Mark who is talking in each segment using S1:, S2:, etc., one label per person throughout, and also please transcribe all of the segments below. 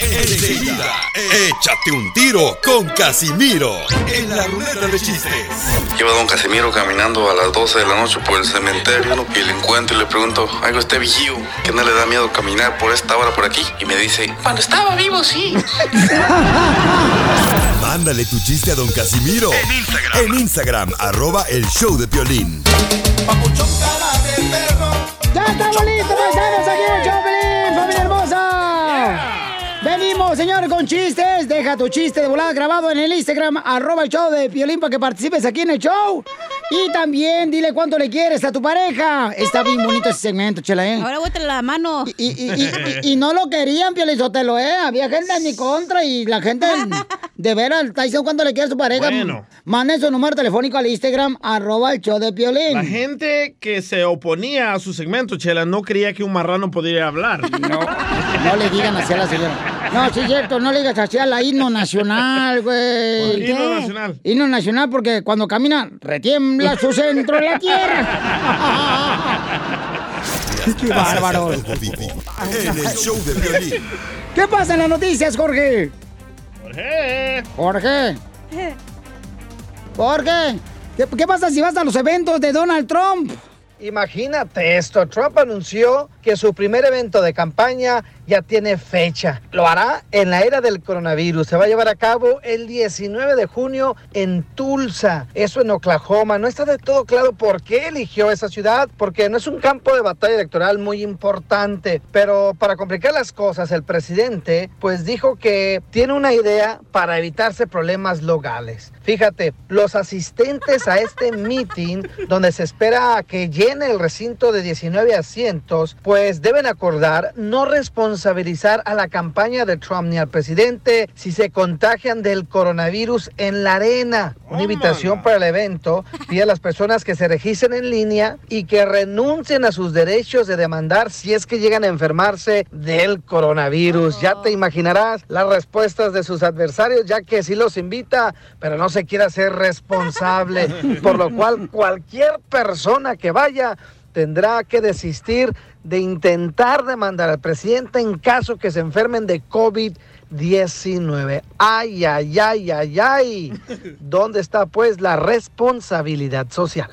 S1: Enseguida, échate un tiro con Casimiro en la ruleta de chistes.
S2: Iba don Casimiro caminando a las 12 de la noche por el cementerio ¿no? y le encuentro y le pregunto, ¿algo usted vigío? ¿Que no le da miedo caminar por esta hora por aquí? Y me dice,
S3: Cuando estaba vivo, sí.
S1: Mándale tu chiste a don Casimiro en Instagram, en Instagram arroba el show de Piolín.
S4: ¡Ya estamos listos, paisanos! ¡Aquí en el Choplin, familia hermosa! Venimos, señor, con chistes. Deja tu chiste de volada grabado en el Instagram, arroba el show de Piolín para que participes aquí en el show. Y también dile cuánto le quieres a tu pareja. Está bien bonito ese segmento, chela, ¿eh?
S5: Ahora bótale la mano.
S4: Y, y- y- y- y no lo querían, Piolín Sotelo, ¿eh? Había gente en mi contra y la gente de veras está diciendo cuánto le quiere a su pareja.
S6: Bueno.
S4: Manden su número telefónico al Instagram, arroba el show de Piolín.
S6: La gente que se oponía a su segmento, Chela, no creía que un marrano podía hablar.
S4: No, no le digan así a la señora. No, sí es cierto, no le digas así a la himno nacional, güey.
S6: ¿Por qué himno ¿Qué? nacional?
S4: Himno nacional porque cuando camina retiembla su centro en la tierra. ¡Qué bárbaro!
S1: En el show de Piolín.
S4: ¿Qué pasa en las noticias, Jorge?
S6: Jorge.
S4: Jorge. Jorge. ¿Qué, qué pasa si vas a los eventos de Donald Trump?
S7: Imagínate esto, Trump anunció que su primer evento de campaña ya tiene fecha. Lo hará en la era del coronavirus. Se va a llevar a cabo el 19 de junio en Tulsa, eso en Oklahoma. No está de todo claro por qué eligió esa ciudad, porque no es un campo de batalla electoral muy importante. Pero para complicar las cosas, el presidente pues dijo que tiene una idea para evitarse problemas locales. Fíjate, los asistentes a este meeting, donde se espera a que llene el recinto de 19 asientos, pues deben acordar no responsabilizar a la campaña de Trump ni al presidente si se contagian del coronavirus en la arena. Una invitación para el evento pide a las personas que se registren en línea y que renuncien a sus derechos de demandar si es que llegan a enfermarse del coronavirus. Ya te imaginarás las respuestas de sus adversarios, ya que sí los invita, pero no se quiere hacer responsable, por lo cual cualquier persona que vaya tendrá que desistir de intentar demandar al presidente en caso que se enfermen de COVID-19. Ay, ay, ay, ay, ay. ¿Dónde está pues la responsabilidad social?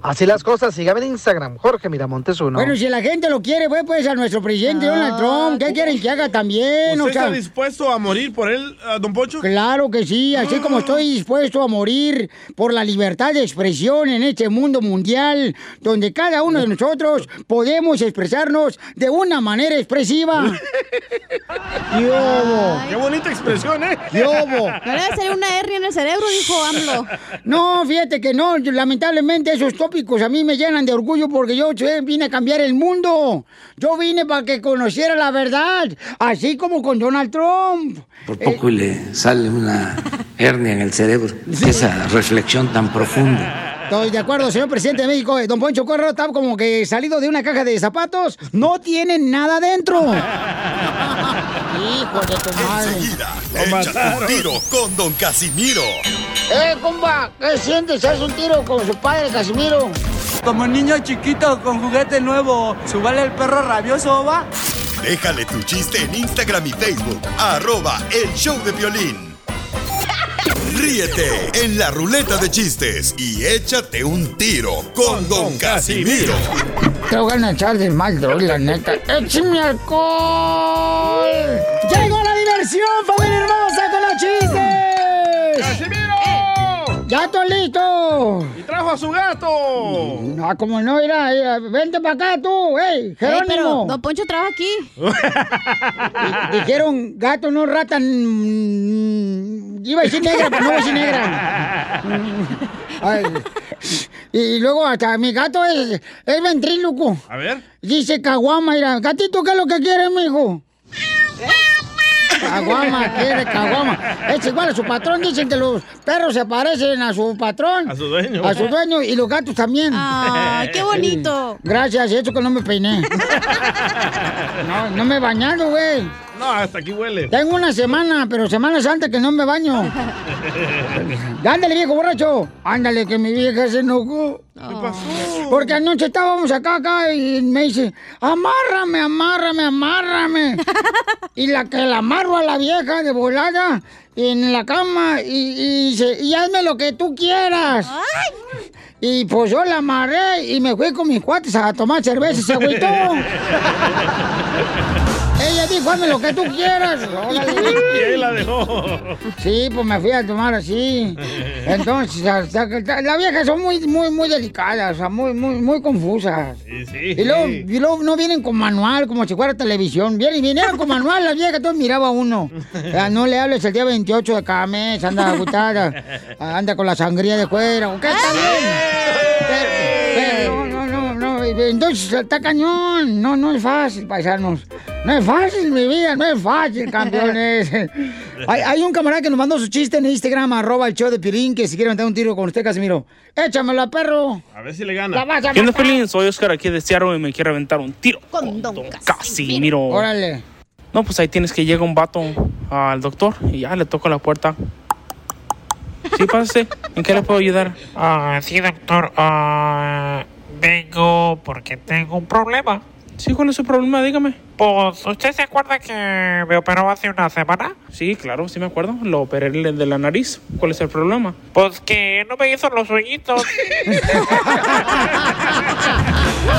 S7: Así las cosas, sígame en Instagram, Jorge Miramontes uno.
S4: Bueno, si la gente lo quiere, pues, pues a nuestro presidente
S6: Ah,
S4: Donald Trump. ¿Qué quieren que haga también?
S6: ¿Usted
S4: O sea,
S6: está dispuesto a morir por él, ah, don Poncho? Ah.
S4: Claro que sí, así como estoy dispuesto a morir por la libertad de expresión en este mundo mundial, donde cada uno de nosotros podemos expresarnos de una manera expresiva. ¡Qué obo!
S6: ¡Qué bonita expresión, eh!
S4: ¡Qué obo!
S5: No le sería una hernia en el cerebro, dijo AMLO.
S4: No, fíjate que no, yo, lamentablemente esos tópicos a mí me llenan de orgullo porque yo che, vine a cambiar el mundo. Yo vine para que conociera la verdad, así como con Donald Trump.
S8: Por poco y le sale una hernia en el cerebro. Esa reflexión tan profunda.
S4: Estoy de acuerdo, señor presidente de México. Eh, Don Poncho Corro está como que salido de una caja de zapatos. No tiene nada dentro. Hijo de tu madre.
S1: Enseguida, échate un tiro con don Casimiro.
S4: ¡Eh, compa! ¿Qué sientes? ¿Haz un tiro con su padre, Casimiro?
S9: Como niño chiquito con juguete nuevo, subale el perro rabioso, va.
S1: Déjale tu chiste en Instagram y Facebook, arroba el show de Piolín. Ríete en la ruleta de chistes y échate un tiro con don Casimiro.
S4: Tengo ganas de echar de mal, droga, la neta. ¡Échame alcohol! ¡Llegó la diversión, familia hermosa, con los Eh. gato!
S6: ¡Y trajo a su gato!
S4: No, como no, mira, mira, vente para acá tú, ¡ey, Jerónimo!
S5: pero Don
S4: Poncho trabaja aquí. Dijeron, gato no rata, mm, iba a decir negra, pero no voy a decir negra. Mm, ay, y, y luego hasta mi gato es, es ventríloco.
S6: A ver.
S4: Dice Caguama, mira, gatito, ¿qué es lo que quieres, mijo? Caguama, quiere caguama. Es igual a su patrón. Dicen que los perros se parecen a su patrón.
S6: A su dueño.
S4: A su dueño y los gatos también.
S6: Ay, qué bonito.
S4: Sí. Gracias, eso que no me peiné. No, no me he bañado, güey.
S6: No, hasta aquí huele.
S4: Tengo una semana, pero semana santa que no me baño. Ándale, viejo borracho. Ándale, que mi vieja se enojó.
S6: ¿Qué pasó?
S4: Porque anoche estábamos acá, acá, y me dice, amárrame, amárrame, amárrame. y la que la amarro a la vieja de volada en la cama y, y dice, y hazme lo que tú quieras.
S6: ¿Ah?
S4: Y pues yo la amarré y me fui con mis cuates a tomar cerveza y se agüitó. Ella dijo, hazme lo que tú quieras.
S6: Y ahí la dejó.
S4: Sí, pues me fui a tomar así. Entonces, hasta que- las viejas son muy, muy, muy delicadas, o sea, muy, muy, muy confusas.
S6: Sí, sí.
S4: Y luego, y luego no vienen con manual, como si fuera televisión. Vienen, vinieron con manual, las viejas, todos miraba a uno. Ah, no le hables el día 28 de cada mes, anda agotada, anda con la sangría de fuera, ¿ok? Está bien.
S5: Eh,
S4: Pero, pero no, no, no, no, entonces está cañón. No, no es fácil, paisanos. No es fácil, mi vida, no es fácil, campeones. Hay, hay un camarada que nos mandó su chiste en Instagram, arroba el show de Pirín, que si quiere meter un tiro con usted, Casimiro. Échamelo, perro.
S6: A ver si le
S4: La
S6: gana.
S4: vas a
S3: ¿Qué onda,
S4: matar.
S3: Pelín? Soy Oscar aquí de Seattle y me quiero aventar un tiro.
S4: Con don
S3: Casi, miro.
S4: Órale.
S3: No, pues ahí tienes que llega un vato al doctor y ya le toco la puerta. Sí, pásese. ¿En qué le puedo ayudar?
S10: Ah, sí, doctor. Ah, vengo porque tengo un problema.
S3: Sí, ¿cuál es su problema? Dígame.
S10: Pues, ¿usted se acuerda que me operó hace una semana?
S3: Sí, claro, sí me acuerdo. Lo operé de la nariz. ¿Cuál es el problema?
S10: Pues que no me hizo los sueñitos.
S4: Muy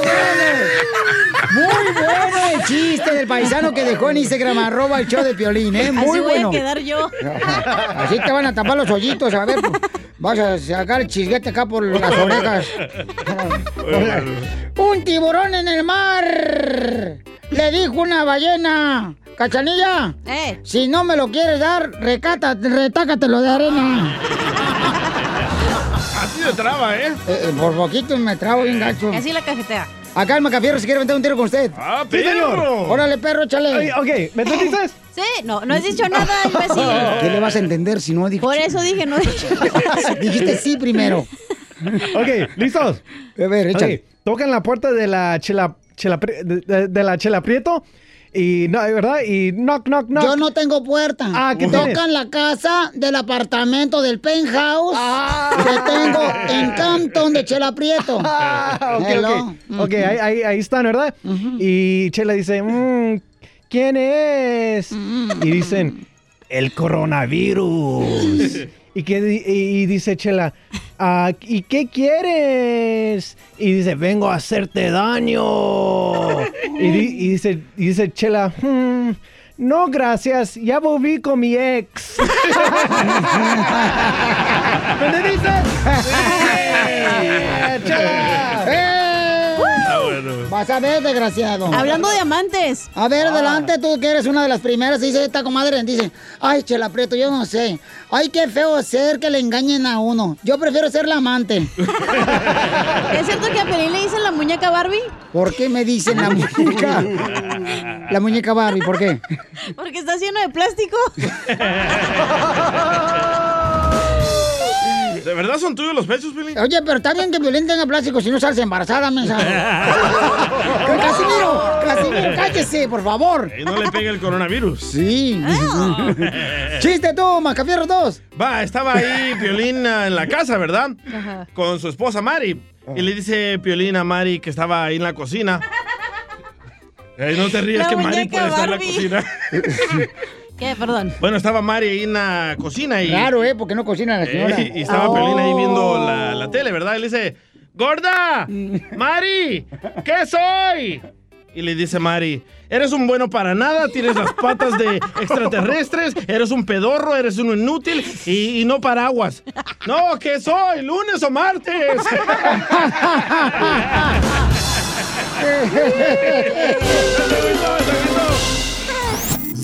S4: bueno. Muy bueno el chiste del paisano que dejó en Instagram arroba el show de Piolín, ¿eh? Muy
S5: Así
S4: bueno.
S5: voy a quedar yo.
S4: Así te van a tapar los hoyitos, a ver, pues, vas a sacar el chisguete acá por las orejas. Un tiburón en el mar. Le dijo una ballena. Cachanilla, si no me lo quieres dar, recata, retácatelo de arena.
S6: Así de traba, ¿eh?
S4: Eh, eh, por poquito me trago bien gacho.
S5: Así la cajetea.
S4: Acá el Macafierro se quiere meter un tiro con usted.
S6: ¡Ah,
S4: sí, señor! Órale, perro, échale. ok, ¿me entendiste?
S5: Sí, no, no has dicho nada, imbécil.
S4: ¿Qué le vas a entender si no dijo?
S5: Por eso dije, no he dicho
S4: Dijiste sí primero.
S11: Ok, ¿listos?
S4: A ver, échale.
S11: Tocan la puerta de la chela, Chela Pri- de, de- de la chela Prieto y no, ¿verdad? Y knock, knock, knock.
S4: Yo no tengo puerta.
S11: Ah, ¿qué tienes?
S4: Tocan la casa del apartamento del penthouse que tengo en Campton de Chela Prieto.
S11: Ah, ok,
S4: Hello.
S11: ok. Ok, ahí, ahí- ahí están, ¿verdad? Y Chela dice, "Mm, ¿quién es? Y dicen, el coronavirus. y, que, di- y, y dice Chela, "Ah, ¿y qué quieres? Y dice, vengo a hacerte daño. y, di- y dice, y dice Chela, "Mm, no, gracias, ya volví con mi ex. ¿Me dices?
S4: ¡Eh! Vas a ver, desgraciado.
S5: Hablando de
S4: amantes. A ver, adelante, tú que eres una de las primeras. Dice esta comadre, dice, ay, Chela Prieto, yo no sé. Ay, qué feo ser que le engañen a uno. Yo prefiero ser la amante.
S5: ¿Es cierto que a Pelín le dicen la muñeca Barbie?
S4: ¿Por qué me dicen la muñeca? La muñeca Barbie, ¿por qué?
S5: Porque está lleno de plástico.
S6: ¿De verdad son tuyos los pechos, Pelín?
S4: Oye, pero está bien que Violín tenga plástico si no sales embarazada, mensaje. Casimiro, Casimiro, cállese, por favor.
S6: Y no le pega el coronavirus. Ah.
S4: Sí. Chiste tú, Mascafierro 2.
S6: Va, estaba ahí Piolín ah, en la casa, ¿verdad? Con su esposa Mari. Y le dice Piolín a Mari que estaba ahí en la cocina. Ay, Eh, no te rías
S5: La
S6: que Mari
S5: muñeca
S6: puede estar en la
S5: Barbie.
S6: cocina.
S5: ¿Qué? Perdón.
S6: Bueno, estaba Mari ahí en la cocina y.
S4: Claro, ¿eh? Porque no cocina la señora.
S6: Eh, y estaba Piolín ahí
S5: Oh.
S6: viendo la, la tele, ¿verdad? Y le dice, ¡Gorda! ¡Mari! ¿Qué soy? Y le dice Mari, eres un bueno para nada, tienes las patas de extraterrestres, eres un pedorro, eres un inútil y, y no paraguas. No, ¿qué soy? ¿Lunes o martes?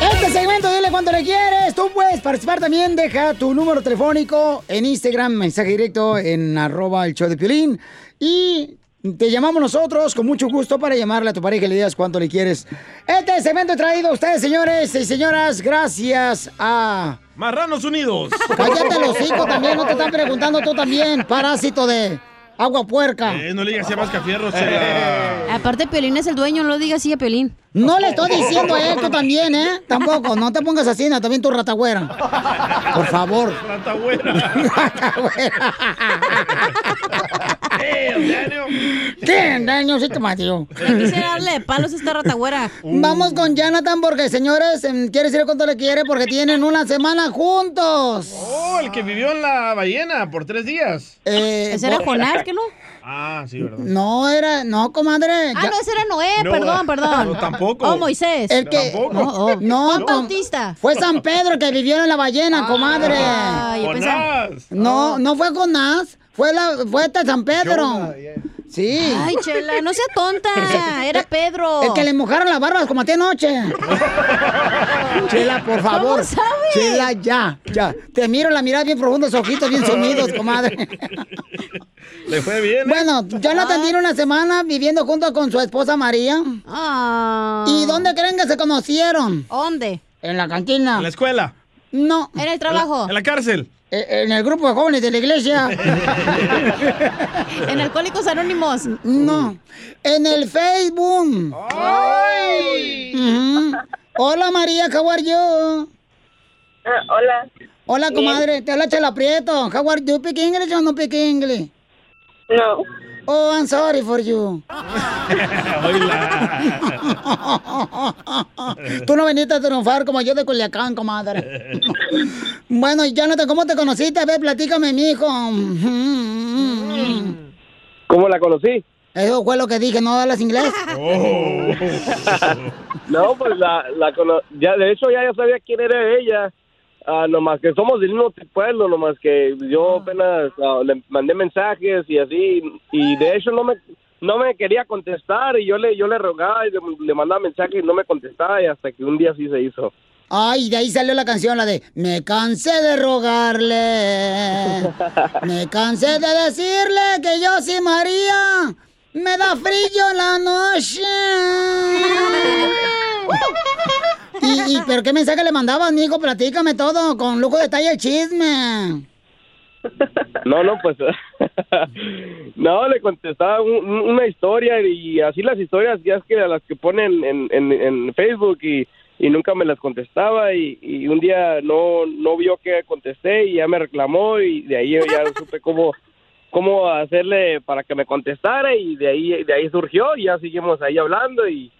S4: Este segmento, dile cuánto le quieres. Tú puedes participar también. Deja tu número telefónico en Instagram, mensaje directo en arroba el show de Piolín. Y te llamamos nosotros con mucho gusto para llamarle a tu pareja y le digas cuánto le quieres. Este segmento he traído a ustedes, señores y señoras, gracias a...
S6: Marranos Unidos.
S4: Cállate el hocico también, no te están preguntando tú también, parásito de agua puerca.
S6: Eh, no le digas a Mascafierros. Chela.
S5: Aparte, Piolín es el dueño, no lo digas así a Piolín.
S4: No le estoy diciendo a él, tú también, ¿eh? Tampoco, no te pongas así, no, también tu ratagüera. Por favor. Ratagüera. ¿Qué daño se te matió?
S5: Quisiera darle de palos a esta ratagüera.
S4: Vamos con Jonathan porque, señores, em, quiere decir cuánto le quiere porque tienen una semana juntos.
S6: Oh, el que vivió en la ballena por tres días.
S4: Eh, Ese era por- Jonás, ¿qué no?
S6: Ah, sí, verdad.
S4: No era, no, comadre.
S5: Ah, no, ese era Noé,
S4: No,
S5: perdón, perdón.
S4: no, tampoco.
S5: Oh, Moisés.
S4: El que- Tampoco.
S5: No, oh.
S4: No,
S5: Juan
S4: com-
S5: Bautista.
S4: Fue San Pedro el que vivió en la ballena, comadre.
S5: Ah, yo pensaba- Jonás.
S4: No, no fue con Nas. Fue, la, fue este San Pedro. Sí.
S5: Ay, Chela, no sea tonta. Era Pedro.
S4: Eh, El que le mojaron las barbas como a ti anoche. Chela, por favor.
S5: ¿Cómo sabe?
S4: Chela, ya, ya. Te miro la mirada bien profunda, esos ojitos bien sumidos, comadre.
S6: Le fue bien.
S4: Bueno,
S5: Ah.
S4: Jonathan tiene una semana viviendo junto con su esposa María. ¿Y dónde creen que se conocieron?
S5: Ah. ¿Dónde?
S4: En la cantina.
S6: En la escuela.
S4: No.
S5: En el
S6: En la cárcel.
S4: Eh, En el grupo de jóvenes de la iglesia.
S5: en Alcohólicos Anónimos.
S4: No. En el Facebook. Ujú. Hola María, how are you? hola. Hola, comadre. Te habla Chela Prieto. How are you? Speak English or no speak English? No. Oh, I'm sorry for you. Tú no viniste a triunfar como yo de Culiacán, comadre. bueno, y Jonathan, ¿cómo te conociste? A ver, platícame, mijo.
S12: ¿Cómo la conocí?
S4: Eso fue lo que dije, ¿no hablas inglés?
S12: Oh. no, pues la, la cono- ya de hecho ya, ya sabía quién era ella. Ah, nomás que somos del mismo pueblo, nomás que yo apenas ah, le mandé mensajes y así y de hecho no me no me quería contestar y yo le yo le rogaba y le, le mandaba mensajes y no me contestaba y hasta que un día sí se hizo.
S4: Ay, de ahí salió la canción, la de Me cansé de rogarle, me cansé de decirle que yo sin María me da frío la noche. ¿Y, y pero qué mensaje le mandabas, amigo? Platícame todo, con lujo de detalle el chisme.
S12: No, no, pues. no, le contestaba un- un- una historia y así las historias, ya es que a las que ponen en, en, en Facebook y, y nunca me las contestaba y, y un día no, no vio que contesté y ya me reclamó y de ahí yo ya supe cómo cómo hacerle para que me contestara y de ahí de ahí surgió y ya seguimos ahí hablando y,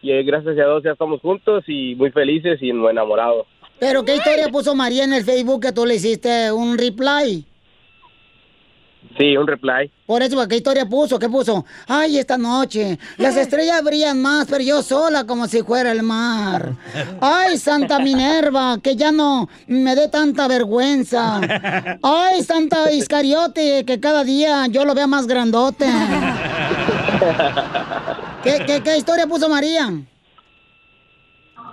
S12: y eh, gracias a Dios ya estamos juntos y muy felices y enamorados.
S4: Pero qué historia puso María en el Facebook que tú le hiciste un reply.
S12: Sí, un reply.
S4: Por eso, ¿qué historia puso? ¿Qué puso? Ay, esta noche las estrellas brillan más, pero yo sola como si fuera el mar. Ay, Santa Minerva, que ya no me dé tanta vergüenza. Ay, Santa Iscariote, que cada día yo lo vea más grandote. ¿Qué, qué, qué historia puso María?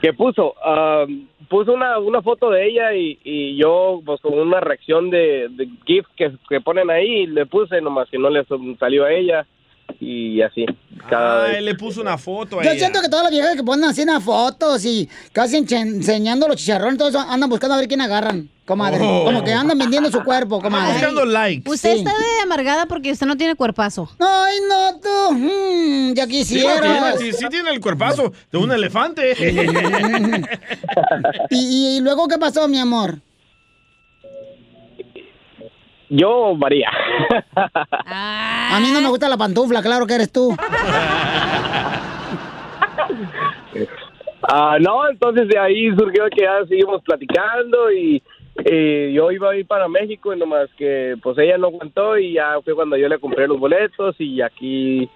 S12: que puso Am, puso una, una foto de ella y, y yo pues con una reacción de, de gif que, que ponen ahí le puse nomás que no le su- salió a ella y así cada
S6: Ah,
S12: vez.
S6: él le puso una foto a
S4: Yo
S6: ella.
S4: siento que todas las viejas que ponen así unas fotos y casi enche- enseñando los chicharrones, todo eso, andan buscando a ver quién agarran, comadre.
S6: Oh.
S4: Como que andan vendiendo su cuerpo, comadre.
S6: buscando likes.
S5: Usted
S4: Sí.
S5: está de amargada porque usted no tiene cuerpazo.
S4: Ay, no, tú. mm, ya
S6: Sí, lo tiene, sí, sí tiene el cuerpazo de un elefante.
S4: ¿Y, y, y luego qué pasó, mi amor?
S12: Yo varía.
S4: A mí no
S6: Ah.
S4: me gusta la pantufla, claro que eres tú.
S12: Ah, no, entonces de ahí surgió que ya seguimos platicando y eh, yo iba a ir para México y nomás que pues ella no aguantó y ya fue cuando yo le compré los boletos y aquí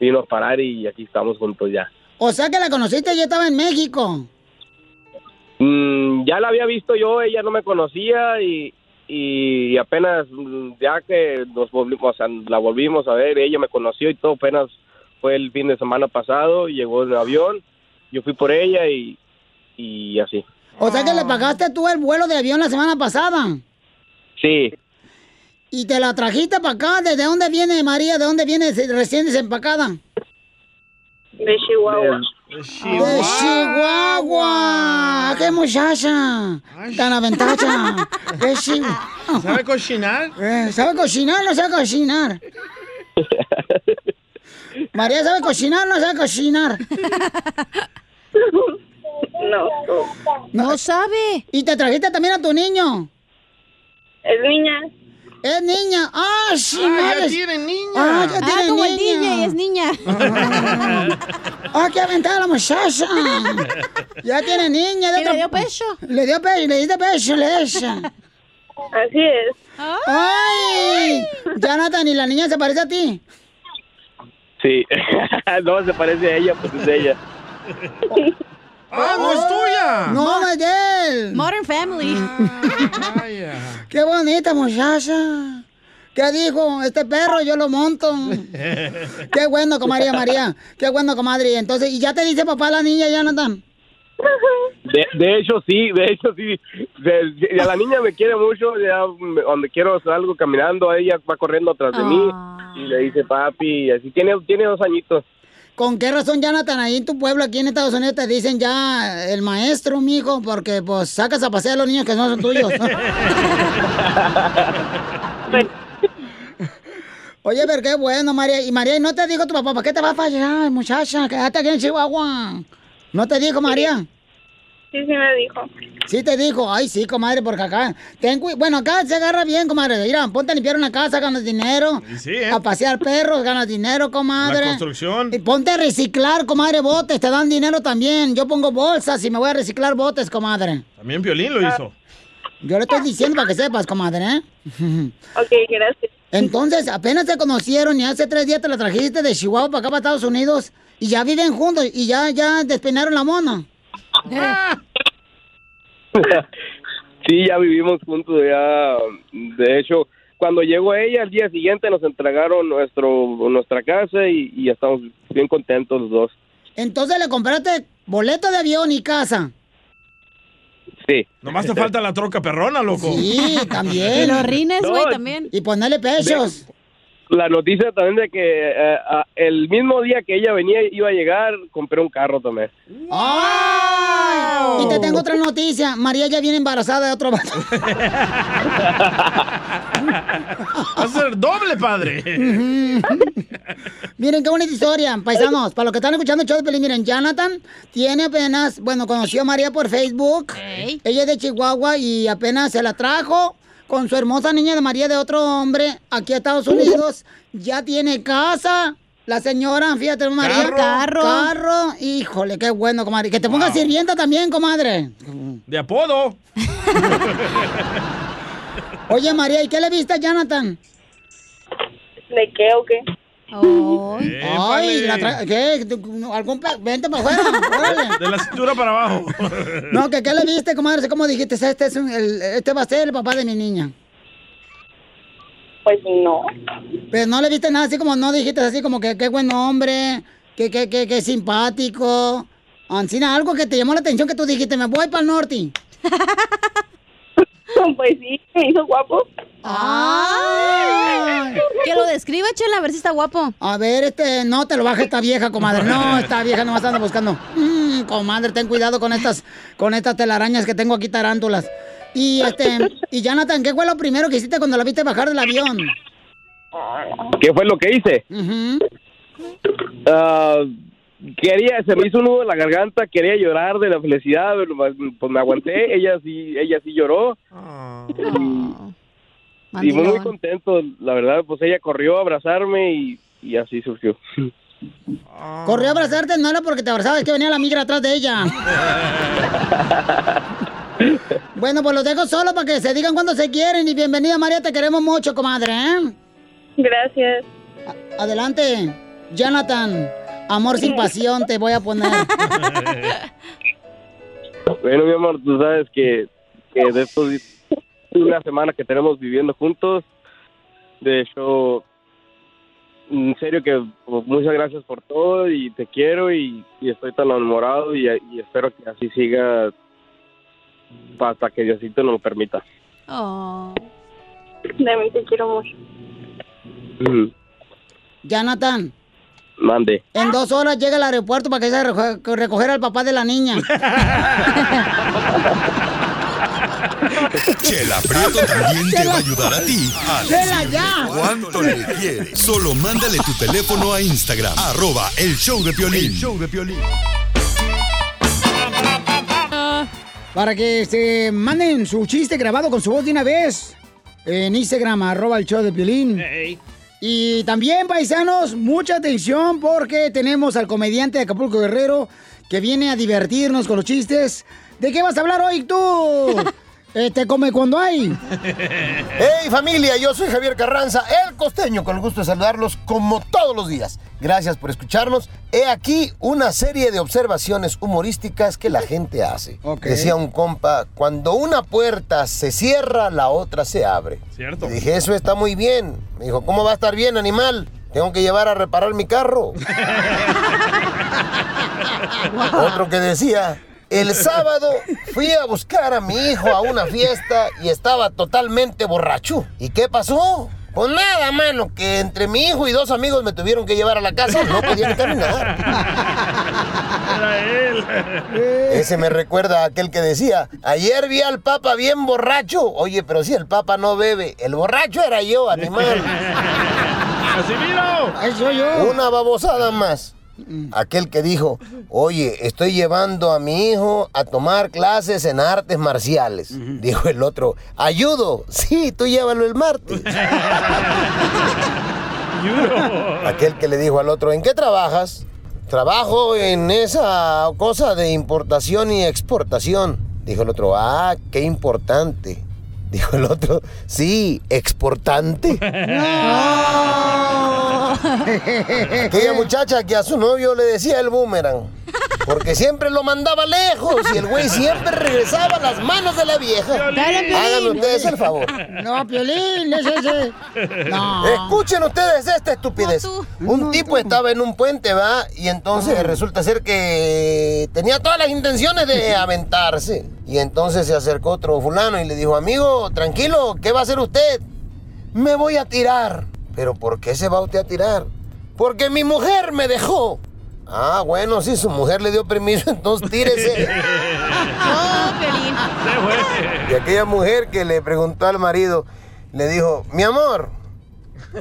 S12: vino a parar y aquí estamos juntos ya.
S4: O sea que la conociste, yo estaba en México.
S12: Mm, ya la había visto yo, ella no me conocía y, y apenas mm, ya que nos volvimos, o sea, la volvimos a ver, ella me conoció y todo, apenas fue el fin de semana pasado, llegó en avión, yo fui por ella y, y así.
S4: O sea que
S6: Ah.
S4: le pagaste tú el vuelo de avión la semana pasada.
S12: Sí,
S4: Y te la trajiste para acá. ¿Desde dónde viene María? ¿De dónde viene se- recién desempacada?
S13: De Chihuahua.
S4: De
S6: Ah.
S4: Chihuahua. ¡Qué muchacha! Tan aventacha. De Chihuahua.
S6: ¿Sabe cocinar?
S4: Eh, ¿Sabe cocinar o no sabe cocinar? María sabe cocinar o no sabe cocinar.
S13: No.
S4: No sabe. ¿Y te trajiste también a tu niño?
S13: Es niña.
S4: Es niña. ¡Ah, sí! madres!
S6: niña.
S4: ¡Ah, ya
S5: Ah,
S4: tiene
S5: como el
S4: niña!
S5: DJ, es niña.
S4: ¡Ah, qué aventada la muchacha! Ya tiene niña. De
S5: ¿Y le dio
S4: pecho? Le dio pecho, le diste pecho, le esa. Así es. ¡Ay! Jonathan, ¿y la niña se parece a ti?
S12: sí. no, se parece a ella, pues es ella.
S4: ¡Ah, no es tuya! No, no es de él.
S5: Modern Family.
S4: ¡Qué bonita muchacha! ¿Qué dijo? Este perro yo lo monto. Qué bueno, comadre María. Qué bueno, comadre. Entonces, ¿y ya te dice papá la niña, Jonathan?
S12: De, de hecho, sí, de hecho, sí. De- de- ya la niña me quiere mucho, ya me- donde quiero salgo caminando, ella va corriendo atrás de mí y le dice papi, y así tiene, tiene dos añitos.
S4: ¿Con qué razón, Jonathan, ahí en tu pueblo, aquí en Estados Unidos, te dicen ya el maestro, mijo? Porque, pues, sacas a pasear a los niños que no son tuyos. Oye, pero qué bueno, María. Y María, ¿y ¿no te dijo tu papá, ¿para qué te vas para allá, muchacha? Quédate aquí en Chihuahua. ¿No te dijo, María?
S13: Sí, sí me dijo.
S4: Sí te dijo, ay sí, comadre, porque acá, ten cu- bueno, acá se agarra bien, comadre, mira, ponte a limpiar una casa, ganas dinero,
S6: sí, ¿eh?
S4: a pasear perros, ganas dinero, comadre.
S6: La construcción.
S4: Y ponte a reciclar, comadre, botes, te dan dinero también, yo pongo bolsas y me voy a reciclar botes, comadre.
S6: También Piolín lo hizo.
S4: Yo le estoy diciendo para que sepas, comadre, ¿eh?
S13: Ok, gracias.
S4: Entonces, apenas se conocieron y hace tres días te la trajiste de Chihuahua para acá, para Estados Unidos, y ya viven juntos y ya, ya despeinaron la mona.
S12: sí, ya vivimos juntos, ya. De hecho, cuando llegó ella, al día siguiente nos entregaron nuestro nuestra casa y, y estamos bien contentos los dos.
S4: Entonces le compraste boleto de avión y casa.
S12: Sí.
S6: Nomás te falta la troca perrona, loco.
S4: Sí, también.
S12: No,
S4: también. Y ponerle pechos.
S12: La noticia también de que eh, a- el mismo día que ella venía iba a llegar, compré un carro también.
S4: ¡Ay! Y te tengo otra noticia. María ya viene embarazada de otro vato.
S6: Va a ser doble, padre.
S4: Ujú. miren qué bonita historia, paisanos. Para los que están escuchando el show de Pelín, miren, Jonathan tiene apenas, bueno, conoció a María por Facebook. Ella es de Chihuahua y apenas se la trajo con su hermosa niña de María de otro hombre aquí a Estados Unidos. Ya tiene casa. La señora, fíjate, María.
S5: Carro. Carro.
S4: Carro. Híjole, qué bueno, comadre. Que te pongas sirvienta también, comadre.
S6: De apodo.
S4: Oye, María, ¿y qué le viste a Jonathan?
S13: ¿De qué o qué?
S4: Ay, la tra- ¿qué? ¿Algún pe- Vente para afuera, órale.
S6: De la cintura para abajo.
S4: No, que qué le viste, comadre, ¿cómo dijiste? Este, es un- el- este va a ser el papá de mi niña.
S13: Pues no.
S4: Pero no le viste nada así como, no dijiste así como que qué buen hombre, que qué, qué, qué simpático. Ancina, algo que te llamó la atención que tú dijiste, me voy para el norte.
S13: Pues sí, me hizo guapo.
S4: Ay.
S5: Que lo describa, chela, a ver si está guapo.
S4: A ver, este, no te lo baja esta vieja, comadre. No, esta vieja nomás anda buscando. Mm, comadre, ten cuidado con estas, con estas telarañas que tengo aquí tarántulas. Y este, y Jonathan, ¿qué fue lo primero que hiciste cuando la viste bajar del avión?
S12: ¿Qué fue lo que hice?
S4: Ujú.
S12: Ah, quería, se me hizo un nudo en la garganta, quería llorar de la felicidad, pero, pues me aguanté, ella sí, ella sí lloró. Y muy, muy
S5: Mandilón.
S12: contento, la verdad, pues ella corrió a abrazarme y, y así surgió.
S4: Corrió a abrazarte, no era porque te abrazaba, es que venía la migra atrás de ella. bueno, pues los dejo solo para que se digan cuando se quieren. Y bienvenida, María, te queremos mucho, comadre. ¿eh?
S13: Gracias.
S4: adelante, Jonathan. Amor sin pasión, te voy a poner.
S12: Bueno, mi amor, tú sabes que, que de estos di- una semana que tenemos viviendo juntos, de hecho, en serio que pues, muchas gracias por todo y te quiero y, y estoy tan enamorado y, y espero que así siga hasta que Diosito nos lo permita.
S5: Oh.
S13: También te quiero mucho.
S12: Mm,
S4: Jonathan,
S12: Mande.
S4: en dos horas llega al aeropuerto para que se reco- recoger al papá de la niña.
S1: Chela Prieto también te va a ayudar a ti. a
S4: ¡Vela
S1: decirle
S4: ya!
S1: ¿Cuánto le quieres? Solo mándale tu teléfono a Instagram. Arroba el show de Piolín. show de Piolín.
S4: Para que se manden su chiste grabado con su voz de una vez. En Instagram, arroba el show de Piolín. Y también, paisanos, mucha atención porque tenemos al comediante de Acapulco Guerrero que viene a divertirnos con los chistes. ¿De qué vas a hablar hoy tú? Eh, te come cuando hay.
S14: ¡Hey familia! Yo soy Javier Carranza, el costeño, con el gusto de saludarlos como todos los días. Gracias por escucharnos. He aquí una serie de observaciones humorísticas que la gente hace. Decía un compa, cuando una puerta se cierra, la otra se abre.
S6: Cierto.
S14: Le dije, eso está muy bien. Me dijo, ¿cómo va a estar bien, animal? Tengo que llevar a reparar mi carro. Otro que decía, el sábado fui a buscar a mi hijo a una fiesta y estaba totalmente borracho. ¿Y qué pasó? Pues nada, mano, que entre mi hijo y dos amigos me tuvieron que llevar a la casa, no podían caminar.
S6: Era él.
S14: Ese me recuerda a aquel que decía, ayer vi al Papa bien borracho. Oye, pero si el Papa no bebe, el borracho era yo, animal.
S6: ¡Casimiro!
S14: Una babosada más. Aquel que dijo, oye, estoy llevando a mi hijo a tomar clases en artes marciales. Dijo el otro, ayudo, sí, tú llévalo el martes. Aquel que le dijo al otro, ¿en qué trabajas? Trabajo en esa cosa de importación y exportación. Dijo el otro, ah, qué importante. Dijo el otro, sí, exportante. Aquella muchacha que a su novio le decía el boomerang. Porque siempre lo mandaba lejos y el güey siempre regresaba a las manos de la vieja.
S4: Piolín.
S14: Hagan ustedes el favor.
S4: No, Piolín, es ese. No.
S14: Eh. Escuchen ustedes esta estupidez. un tipo estaba en un puente, va, y entonces resulta ser que tenía todas las intenciones de aventarse. Y entonces se acercó otro fulano y le dijo, amigo, tranquilo, ¿qué va a hacer usted? Me voy a tirar. ¿Pero por qué se va usted a tirar? Porque mi mujer me dejó. Ah, bueno, si su mujer le dio permiso, entonces tírese. Y aquella mujer que le preguntó al marido, le dijo, mi amor,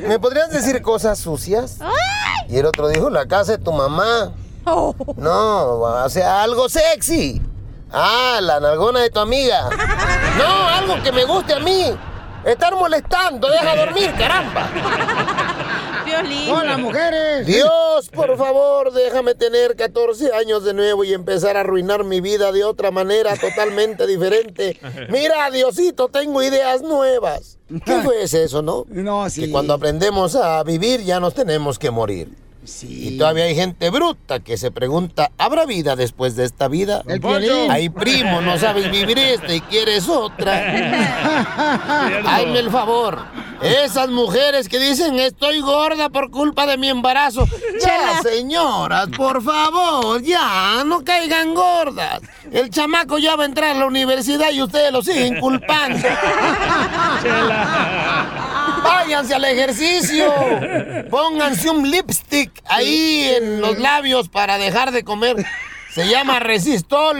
S14: ¿me podrías decir cosas sucias? Y el otro dijo, la casa de tu mamá. No, o sea, algo sexy. Ah, la nalgona de tu amiga. No, algo que me guste a mí. Estar molestando, deja dormir, caramba.
S4: Hola, mujeres.
S14: Dios, por favor, déjame tener 14 años de nuevo y empezar a arruinar mi vida de otra manera totalmente diferente. Mira, Diosito, tengo ideas nuevas. ¿Qué fue ese eso, no? No, sí. Que cuando aprendemos a vivir ya nos tenemos que morir. Sí. Y todavía hay gente bruta que se pregunta, ¿habrá vida después de esta vida?
S4: El Piolín.
S14: Ay, primo, no sabes vivir esta y quieres otra. Hazme el favor. Esas mujeres que dicen estoy gorda por culpa de mi embarazo. Ya, señoras, por favor, ya, no caigan gordas. El chamaco ya va a entrar a la universidad y ustedes lo siguen culpando. Váyanse al ejercicio. Pónganse un lipstick ahí en los labios para dejar de comer. Se llama resistol.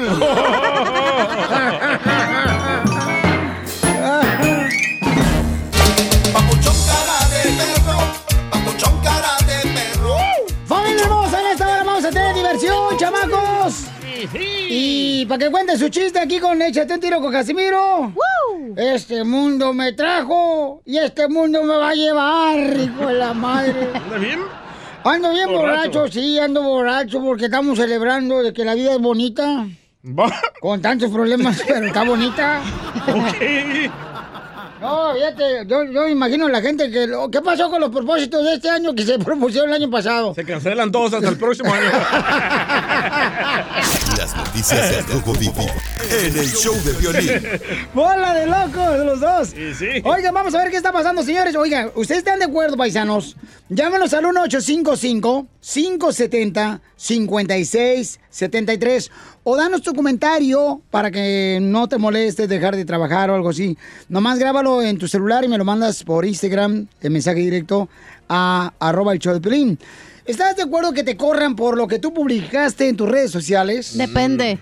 S4: ¡Familia hermosa! En esta hora vamos a tener diversión, chamacos. Y para que cuente su chiste aquí con Échate un tiro con Casimiro. Este mundo me trajo y este mundo me va a llevar, hijo de la madre.
S6: ¿Anda bien?
S4: Ando bien
S6: Borracho.
S4: borracho. sí, ando borracho porque estamos celebrando de que la vida es bonita. Con tantos problemas, pero está bonita. No, fíjate, yo, yo imagino la gente que... lo- ¿Qué pasó con los propósitos de este año que se propusieron el año pasado?
S6: Se cancelan todos hasta el próximo año.
S1: Las noticias del Rojo Vivo en el show de violín.
S4: ¡Bola de locos los dos! Oigan, vamos a ver qué está pasando, señores. Oigan, ¿ustedes están de acuerdo, paisanos? Llámenos al 1-855-570-5673 o danos tu comentario para que no te molestes dejar de trabajar o algo así. Nomás grábalo en tu celular y me lo mandas por Instagram, el mensaje directo a arroba el show de Piolín. ¿Estás de acuerdo que te corran por lo que tú publicaste en tus redes sociales?
S5: Depende.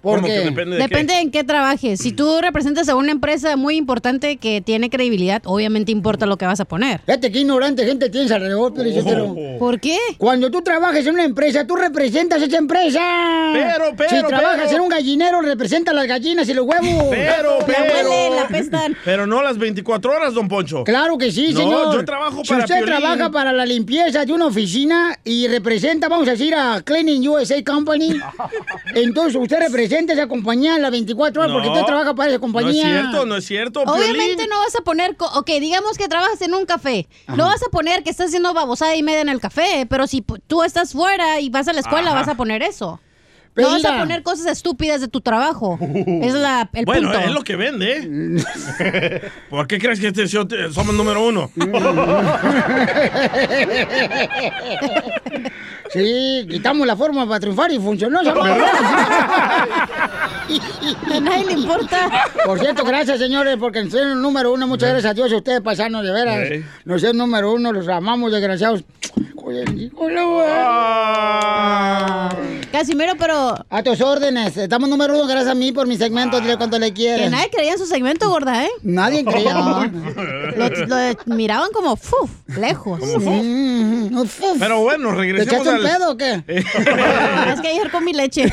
S4: ¿Por qué?
S5: Depende en qué trabajes. Si tú representas a una empresa muy importante que tiene credibilidad, obviamente importa lo que vas a poner.
S4: Fíjate qué ignorante gente tienes alrededor,
S6: Oh.
S4: Piorizotero.
S5: ¿Por qué?
S4: Cuando tú trabajas en una empresa, tú representas esa empresa.
S5: Pero, pero,
S4: Si trabajas
S5: pero.
S4: en un gallinero, representas las gallinas y los huevos.
S6: Pero,
S4: La
S6: pero.
S4: huele, la apestan.
S6: Pero no las 24 horas, don Poncho.
S4: Claro que sí,
S6: No,
S4: señor.
S6: yo trabajo
S4: Si
S6: para
S4: usted
S6: Piolín.
S4: trabaja para la limpieza de una oficina y representa, vamos a decir, a Cleaning USA Company, entonces usted representa esa compañía en las 24 horas porque
S6: No,
S4: usted trabaja para esa compañía.
S6: No es cierto, no es cierto. Piolín.
S5: Obviamente no vas a poner, co- ok, digamos que trabajas en un café, no vas a poner que estás haciendo babosada y media en el café, pero si pu- tú estás fuera y vas a la escuela
S6: Ajá.
S5: vas a poner eso.
S6: Pero
S5: no vas
S6: mira. Uh.
S5: a poner cosas estúpidas de tu trabajo. es la, el
S6: bueno,
S5: punto.
S6: es lo que vende. ¿eh? ¿Por qué crees que este show te- somos número uno?
S4: Sí, quitamos la forma para triunfar y funcionó. ¿sabes?
S5: A nadie le importa.
S4: Por cierto, gracias, señores, porque nos el número uno. Muchas gracias a Dios y a ustedes, paisanos, de veras.
S6: Ey.
S4: Nos hicieron número uno, los amamos, desgraciados. Oye, Nicolás, güey.
S5: Casimiro, pero...
S4: A tus órdenes. Estamos número uno, gracias a mí por mi segmento. Dile cuánto le quieres.
S5: Que nadie creía en su segmento, gorda, ¿eh?
S4: Nadie creía.
S5: lo, lo miraban como, fuf, lejos.
S4: Mm, mm, fuf.
S6: Pero bueno, regresemos
S5: ¿Te echaste un
S6: al-
S5: pedo o qué? Ah, es que ayer comí leche.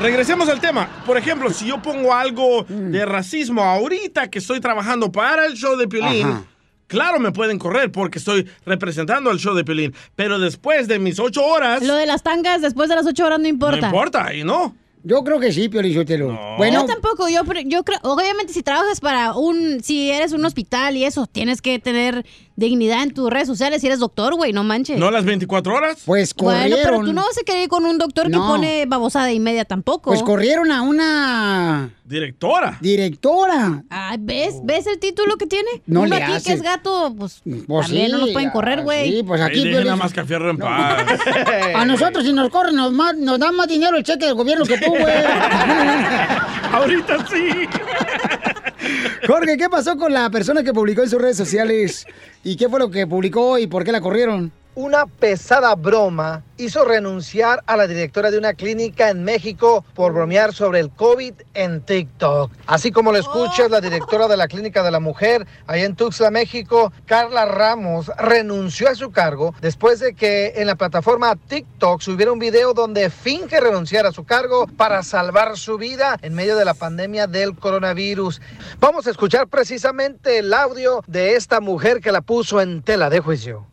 S6: Regresemos al tema. Por ejemplo, si yo pongo algo de racismo ahorita que estoy trabajando para el show de Piolín,
S15: Ajá.
S6: claro me pueden correr porque estoy representando al show de Piolín. Pero después de mis ocho horas,
S5: Lo de las tangas después de las 8 horas no importa.
S6: no importa, y no.
S4: Yo creo que sí, Piolichotelo. Bueno,
S5: yo tampoco, yo, pre- yo creo, obviamente si trabajas para un, si eres un hospital y eso, tienes que tener dignidad en tus redes sociales, si eres doctor, güey, no manches.
S6: ¿No las 24 horas?
S4: Pues
S5: Bueno, pero tú no vas a querer ir con un doctor que
S4: No.
S5: pone babosada y media tampoco.
S4: pues corrieron a una
S6: Directora.
S4: Ah. directora.
S5: Ay, ¿ves? ¿Ves el título que tiene?
S4: No
S5: Uno
S4: le
S5: aquí
S4: hace.
S5: que es gato, pues,
S4: Pues
S5: también
S4: sí,
S5: no nos pueden correr,
S4: ah,
S5: güey.
S4: sí, pues aquí,
S6: Ahí dejen
S4: Piolín.
S6: a Mascafierro en paz.
S4: A nosotros si nos corren nos, ma- nos dan más dinero el cheque del gobierno que tú, güey.
S6: Ahorita sí.
S4: Jorge, ¿qué pasó con la persona que publicó en sus redes sociales? ¿Y qué fue lo que publicó y por qué la corrieron?
S7: Una pesada broma hizo renunciar a la directora de una clínica en México por bromear sobre el COVID en TikTok. Así como lo escuchas, la directora de la Clínica de la Mujer, allá en Tuxtla, México, Carla Ramos, renunció a su cargo después de que en la plataforma TikTok subiera un video donde finge renunciar a su cargo para salvar su vida en medio de la pandemia del coronavirus. Vamos a escuchar precisamente el audio de esta mujer que la puso en tela de juicio.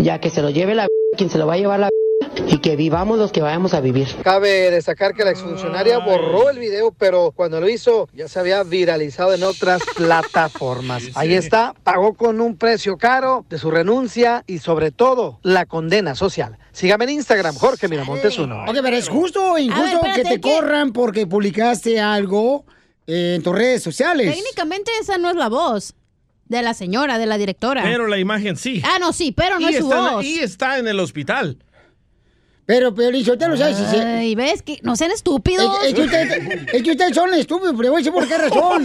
S16: ya que se lo lleve la b- quien se lo va a llevar la b- y que vivamos los que vayamos a vivir.
S7: Cabe destacar que la exfuncionaria borró el video, pero cuando lo hizo ya se había viralizado en otras plataformas. Ahí está, pagó con un precio caro de su renuncia y sobre todo la condena social. Sígame en Instagram, Jorge Miramontes uno.
S4: Ok, pero es justo o
S5: A ver,
S4: injusto
S5: espérate,
S4: que te
S5: ¿qué?
S4: corran porque publicaste algo eh, en tus redes sociales.
S5: Técnicamente esa no es la voz de la señora, de la directora.
S6: Pero la imagen sí.
S5: Ah, no, sí, pero no
S6: y
S5: es su
S6: está en-
S5: voz.
S6: y está en el hospital.
S4: Pero, Piolichotelo, ¿sabes? Si se-
S5: Ay, ves que no sean estúpidos.
S4: Es, es que usted- es que ustedes son estúpidos, pero le voy a decir por qué razón.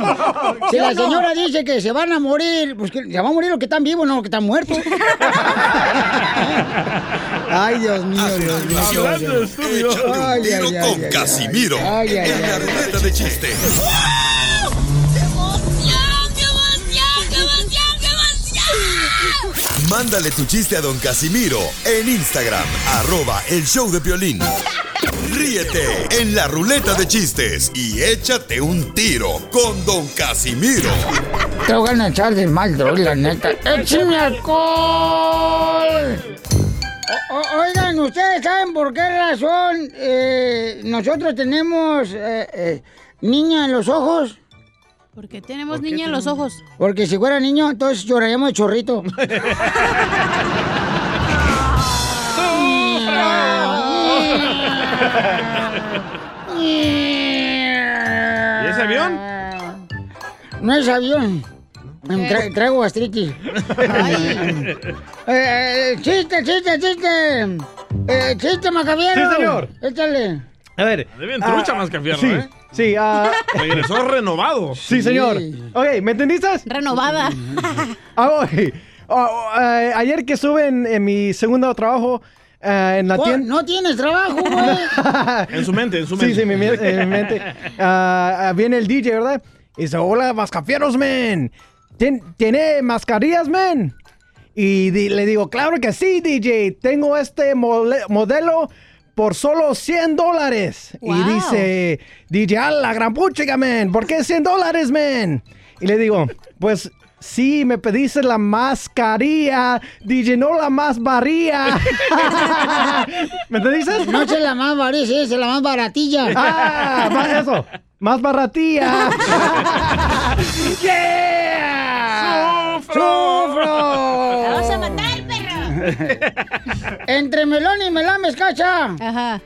S4: Si
S5: Yo
S4: la
S5: no.
S4: señora dice que se van a morir, pues que se van a morir los que están vivos, no los que están muertos. Ay, Dios mío, Dios mío.
S1: Hablando de estúpido. Échate un
S4: Ay,
S1: tiro
S4: ay, ay,
S1: con
S4: ay,
S1: Casimiro
S4: ay, ay,
S1: en la
S4: ay.
S1: ruleta de chistes. Mándale tu chiste a don Casimiro en Instagram, arroba el show de violín. Ríete en la ruleta de chistes y échate un tiro con Don Casimiro.
S15: Te voy a echar de mal, doy, la neta.
S4: ¡Écheme alcohol! O- o- oigan, ¿ustedes saben por qué razón eh, nosotros tenemos eh, eh, niña en los ojos?
S5: ¿Por qué tenemos niña en los ojos?
S4: Porque si fuera niño, entonces lloraríamos de chorrito.
S6: ¿Y ese avión?
S4: No es avión. Em, tra- traigo gastritis. Eh, eh, chiste, chiste, chiste. Eh, chiste, Macabiero.
S6: Sí, señor.
S4: Échale.
S11: A ver.
S6: De bien trucha
S11: ah,
S6: más que
S11: sí,
S6: ¿eh?
S11: Sí, ah.
S6: Regresó renovado.
S11: Sí, señor. Ok, ¿me entendiste?
S5: Renovada.
S11: Ah, ok. Ah, ah, eh, ayer que estuve en, en mi segundo trabajo ah, en la
S4: Oh,
S11: tienda.
S4: no tienes trabajo, güey.
S6: En su mente, en su mente.
S11: Sí, sí, mi mie- en mi mente. Ah, ah, viene el DJ, ¿verdad? Y dice, hola, mascafieros, men. ¿Tien- ¿Tiene mascarillas, men? Y di- le digo, claro que sí, DJ. Tengo este mole- modelo por solo 100 dólares. Y dice, DJ, a la gran puchica, men. ¿Por qué 100 dólares, men? Y le digo, pues... Sí, me pediste la mascarilla, DJ, no la más barría. ¿Me entendiste?
S4: No es la más barata, es la más baratilla.
S11: Ah, más eso. Más baratía. ¡Yeah!
S4: ¡Sufro!
S5: ¡La vas a matar,
S4: perro! Entre Melón y Melames, cacha.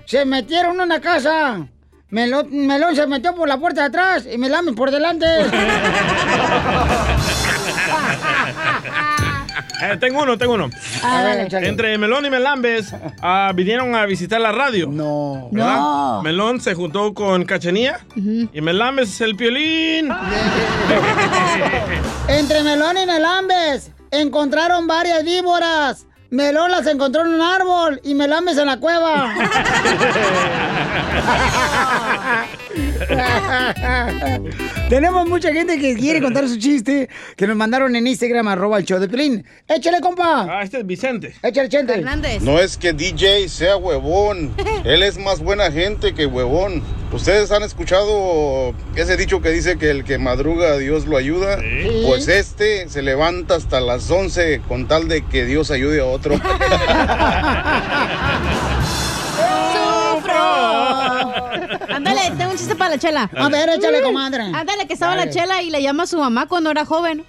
S4: Se metieron en una casa. Melo- Melón se metió por la puerta de atrás y Melames por delante.
S6: Eh, tengo uno, tengo uno.
S5: Ah,
S4: A ver, échale.
S6: Entre Melón y Melambes ah, vinieron a visitar la radio.
S4: No.
S6: No. Melón se juntó con Cachanía y Melambes es el piolín.
S5: Ah.
S4: Entre Melón y Melambes encontraron varias víboras. Melón las encontró en un árbol y Melames en la cueva. Tenemos mucha gente que quiere contar su chiste que nos mandaron en Instagram, arroba el show de Pelín. Échale, compa.
S6: Ah, este es Vicente.
S4: Échale, Chente.
S17: No es que DJ sea huevón. Él es más buena gente que huevón. Ustedes han escuchado ese dicho que dice que el que madruga Dios lo ayuda. Pues este se levanta hasta las 11 con tal de que Dios ayude a otro.
S5: Ándale, tengo un chiste para la chela.
S4: A ver, échale, comadre.
S5: Ándale, que estaba
S4: Dale.
S5: la chela y le llama a su mamá cuando era joven.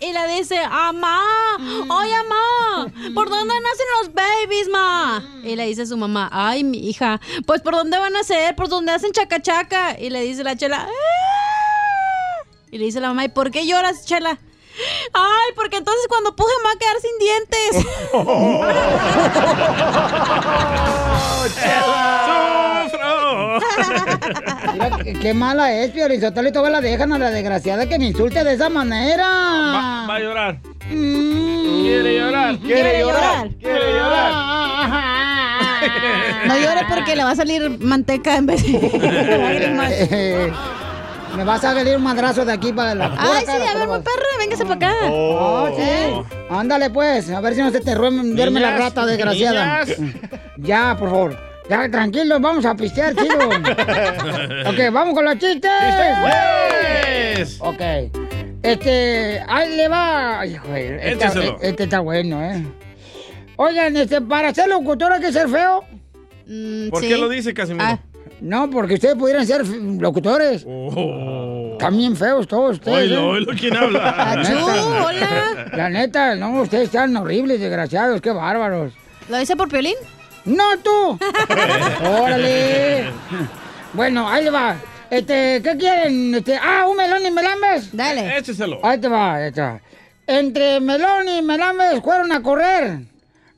S5: Y le dice, ¡Amá! ¡Oye, amá! ¿Por dónde nacen los babies, ma? Y le dice su mamá, ¡Ay, mi hija! Pues ¿por dónde van a ser? ¿Por dónde hacen chacachaca? Y le dice la chela, "Ah". Y le dice la mamá, ¿y por qué lloras, chela? ¡Ay, porque entonces cuando puje me va a quedar sin dientes!
S4: Mira, qué, qué mala es, Piorizotel, y todavía la dejan a la desgraciada que me insulte de esa manera.
S6: Va a llorar.
S4: Quiere
S6: llorar.
S5: Quiere llorar. Ah.
S6: Quiere llorar.
S5: No llores porque le va a salir manteca en vez de lágrimas.
S4: Eh, Me vas a salir un madrazo de aquí para la pura
S5: Ay, sí,
S4: cara,
S5: a
S4: pero
S5: ver,
S4: vas-
S5: mi perro, véngase para acá.
S4: Oh,
S5: ¿Eh?
S4: sí. Ándale, pues. A ver si no se te duerme duerme la
S5: Niñas,
S4: rata desgraciada.
S5: niñas.
S4: Ya, por favor. Ya, tranquilos, vamos a pistear, chido. ok, vamos con los chistes. Ok. Este, ahí le va. Ay, joder, esta-
S18: Écheselo.
S4: e- este está bueno, ¿eh? Oigan, este, para ser locutor hay que ser feo.
S13: Mm,
S6: ¿Por qué lo dice Casimiro?
S4: No, porque ustedes pudieran ser f- locutores. También feos todos ustedes.
S6: Oh. Oilo,
S4: ¿eh?
S6: oilo, ¿quién habla?
S4: La
S6: Achú,
S4: neta.
S6: hola.
S4: La neta, no, ustedes están horribles, desgraciados, qué bárbaros.
S5: ¿Lo dice por Piolín?
S4: ¡No, tú! ¡Órale! Bueno, ahí le va. Este, ¿qué quieren? Este, ah, un melón y melambes.
S5: Dale.
S6: Écheselo.
S4: Ahí te va, ahí te va. Entre melón y melambes fueron a correr.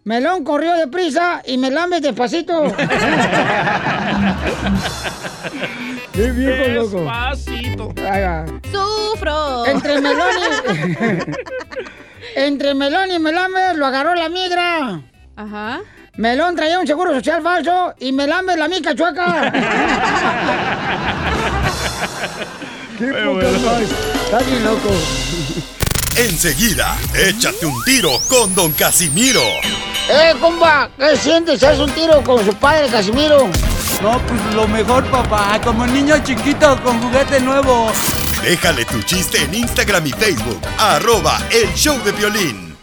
S4: Melón corrió deprisa y melambes despacito.
S5: Ah.
S4: Qué viejo loco.
S6: Despacito.
S4: Ahí va.
S5: ¡Sufro!
S4: Entre melón Entre melón y melambes lo agarró la migra.
S5: Ajá.
S4: Melón traía un seguro social falso y melambes la mica chueca.
S1: ¡Qué
S4: Está bien loco.
S1: Enseguida, échate un tiro con Don Casimiro.
S4: ¡Eh, compa! ¿Qué sientes? ¿Haz un tiro con su padre, Casimiro?
S9: No, pues lo mejor, papá. Como niño chiquito con juguete nuevo.
S1: Déjale tu chiste en Instagram y Facebook. Arroba el show de violín.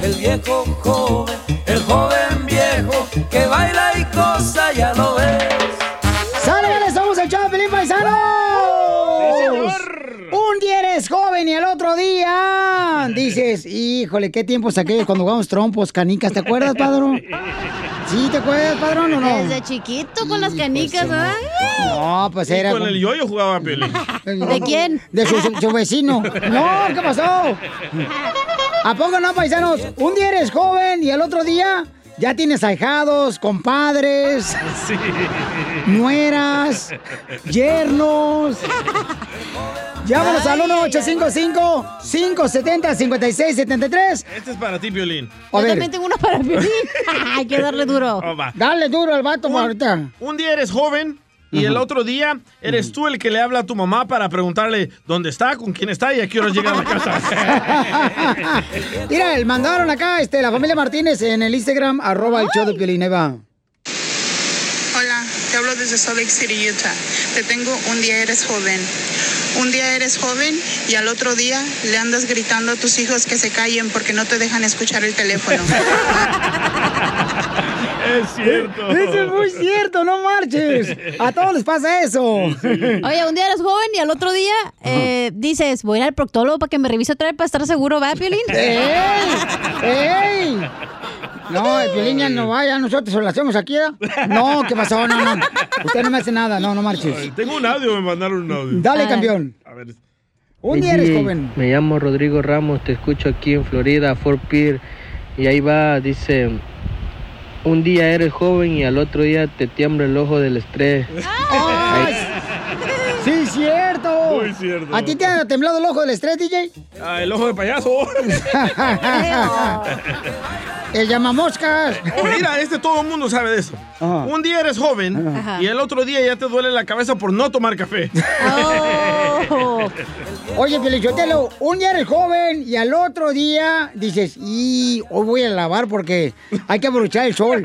S9: El viejo joven, el joven viejo, que baila y cosa ya lo ve.
S4: ¡Sálvale! ¡Somos el show, Felipe Paisano! Un día eres joven y el otro día dices, híjole, qué tiempos aquellos cuando jugamos trompos, canicas, ¿te acuerdas, padrón? ¿Sí te acuerdas, padrón, o no?
S5: Desde chiquito con las canicas, ¿eh? ¿verdad?
S4: No, pues
S6: Y
S4: era...
S6: con el yoyo jugaba Piolín.
S5: ¿De quién?
S4: De su, su- su vecino. No, ¿qué pasó? ¿A poco no, paisanos? Un día eres joven y el otro día ya tienes ahijados, compadres,
S9: Sí.
S4: nueras, yernos. Llámanos al 1-855-570-5673.
S6: Este es para ti, Piolín.
S4: A ver. para Piolín.
S6: Hay que darle duro. Oh, va.
S4: Dale duro al vato, ma, ahorita.
S6: Un día eres joven y el
S4: Ujú.
S6: otro día eres tú el que le habla a tu mamá para preguntarle dónde está, con quién está y a qué hora llega a la casa.
S4: Mira, el mandaron acá este, la familia Martínez en el Instagram, arroba el show de Piolín, ahí va.
S18: Hola, te hablo desde Salt Lake City, Utah. Te tengo un día eres joven. Un día eres joven y al otro día le andas gritando a tus hijos que se callen porque no te dejan escuchar el teléfono.
S6: Es cierto.
S4: Eso es muy cierto, no marches. A todos les pasa eso.
S5: Oye, un día eres joven y al otro día eh, dices, voy a ir al proctólogo para que me revise otra vez para estar seguro, ¿verdad, Piolín?
S4: ¡Ey! ¡Ey! No, el Piolín ya no vaya, nosotros se lo hacemos aquí. ¿eh? No, ¿qué pasó? No, no. Usted no me hace nada, no, no marches.
S6: Tengo un audio, me mandaron un audio.
S4: Dale, campeón.
S6: A ver.
S4: Un día
S19: Hey,
S4: eres
S19: DJ,
S4: joven.
S19: Me llamo Rodrigo Ramos, te escucho aquí en Florida, Fort Pierce. Y ahí va, dice, un día eres joven y al otro día te tiembla el ojo del estrés.
S4: Sí, cierto.
S6: Muy cierto.
S4: ¿A ti te ha temblado el ojo del estrés, DJ?
S6: Ah, el ojo de payaso.
S4: el llamamoscas.
S6: Oh, mira, este todo el mundo sabe de eso. Un día eres joven
S4: Ajá.
S6: y el otro día ya te duele la cabeza por no tomar café.
S4: Oh. Oye, Pelichotelo, un día eres joven y al otro día dices, y hoy voy a lavar porque hay que aprovechar el sol.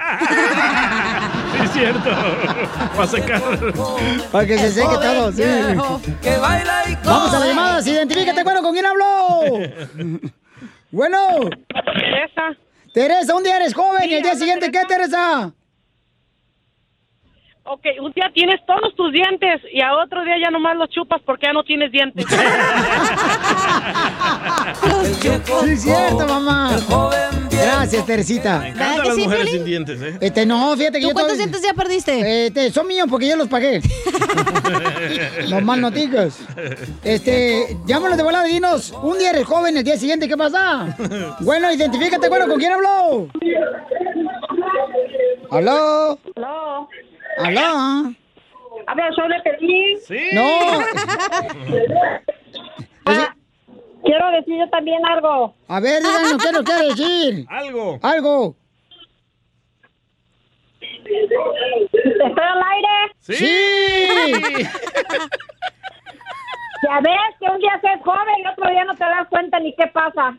S6: Sí, es cierto. Para sacar.
S4: Para que se seque todo, sí. Vamos a las llamadas, identifícate, bueno, ¿con quién hablo? Bueno. Teresa. Teresa, un día eres joven y el día siguiente, ¿qué, Teresa?
S20: Ok, un día tienes todos tus dientes y a otro día ya nomás los chupas porque ya no tienes dientes.
S4: Sí, es cierto, mamá. Gracias, Teresita.
S6: Canta a las mujeres sin dientes, ¿eh?
S4: Este, no, fíjate que
S6: ¿Tú
S4: yo
S6: cuántos
S4: dientes ya perdiste? Este, son míos porque yo los pagué. no más noticias. Este, llámanos de volada, dinos, un día eres joven, el día siguiente, ¿qué pasa? Bueno, identifícate, bueno, ¿con quién habló? ¿Aló?
S13: Aló.
S4: ¿Aló?
S13: Habla el show de Pelín. Sí.
S4: No.
S13: Quiero decir yo también algo.
S4: A ver, díganos, ¿qué nos quiere decir?
S6: Algo.
S4: Algo.
S13: ¿Estoy al aire?
S6: Sí.
S13: ya ves que un día seas joven y otro día no te das cuenta ni qué pasa.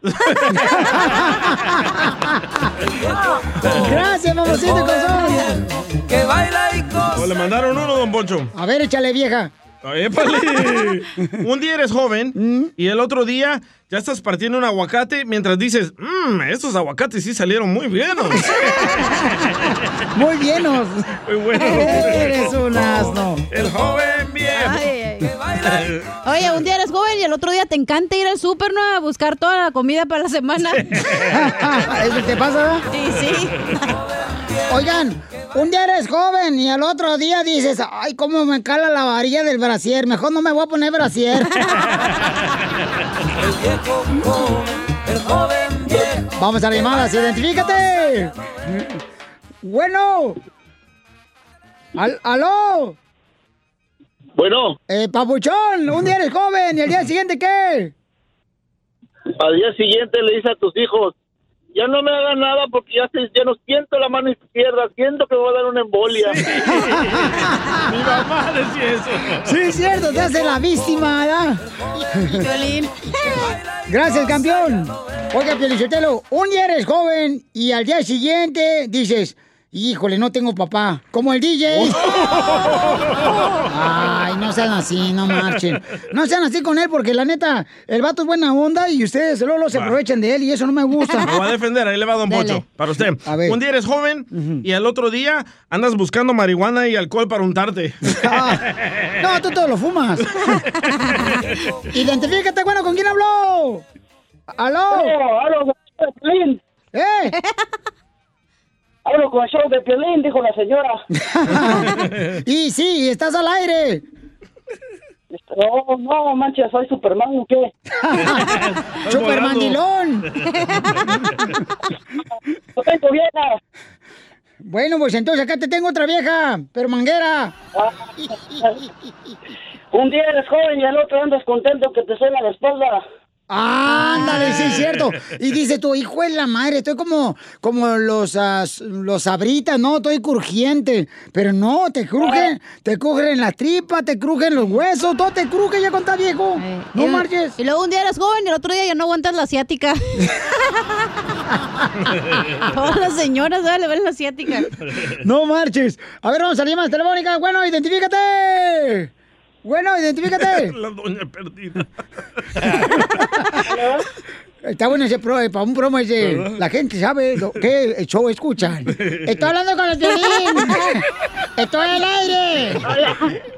S4: Gracias, mamacita, corazón.
S6: Que baila y O le mandaron uno, don Poncho. Ah,
S4: A ver, échale, vieja.
S6: Épale. Un día eres
S4: Mm.
S6: joven y el otro día ya estás partiendo un aguacate mientras dices, mmm, estos aguacates sí salieron muy bien.
S4: Muy llenos.
S6: Muy bueno.
S4: Eres un asno.
S6: El joven bien.
S5: Oye, un día eres joven y el otro día te encanta ir al súper, ¿no? A buscar toda la comida para la semana.
S4: ¿Eso te pasa?
S5: Sí, sí.
S4: Oigan, un día eres joven y al otro día dices, ay, cómo me cala la varilla del brasier, mejor no me voy a poner brasier. Vamos a las llamadas, identifícate. Bueno. Al- ¿Aló?
S21: Bueno,
S4: Eh, papuchón, un día eres joven y al día siguiente qué?
S21: al día siguiente le dice a tus hijos, ya no me hagan nada porque ya, se- ya no siento la mano izquierda, siento que me va a dar una embolia.
S6: Mi mamá decía eso.
S4: Sí, es cierto, te hace la víctima, ¿verdad?
S5: Violín.
S4: Gracias, campeón. Oiga, Pielichotelo, un día eres joven y al día siguiente dices, híjole, no tengo papá, como el DJ.
S13: Oh.
S4: Ay, no sean así, no marchen. No sean así con él porque la neta, el vato es buena onda y ustedes luego luego se
S6: Va.
S4: aprovechan de él y eso no me gusta.
S6: Lo va a defender, ahí le va Don
S4: Dale.
S6: Pocho. Para usted. Un día eres joven y al otro día andas buscando marihuana y alcohol para untarte.
S4: No, tú todo lo fumas. Identifícate, bueno, ¿con quién habló? ¿Aló?
S22: hablo con el Piolín.
S4: ¿Eh?
S22: Hablo con el show de Piolín, dijo la señora.
S4: y sí, estás al aire.
S22: No, no, manches, soy Superman, ¿o ¿qué?
S4: Supermandilón.
S22: tengo vieja.
S4: Bueno, pues entonces acá te tengo otra vieja, pero manguera.
S22: Ah, Un día eres joven y al otro andas contento que te suena la espalda.
S4: Ándale, sí, es cierto. Y dice tu hijo es la madre, estoy como, como los, ah, los abritas, no, estoy crujiente. Pero no, te crujen, te crujen las tripas, te crujen los huesos, todo te cruje ya con está viejo. No
S5: Y-
S4: marches.
S5: Y luego un día eres joven y el otro día ya no aguantas la asiática. Todas las señoras ¿verdad? le ven la asiática.
S4: No marches. A ver, vamos a salir más telefónica. Bueno, identifícate. Bueno, identifícate.
S6: La doña perdida.
S4: Está bueno ese pro, eh, para un promo ese.
S6: ¿Verdad?
S4: La gente sabe lo- qué show escuchan. Estoy hablando con el violín. Estoy al aire.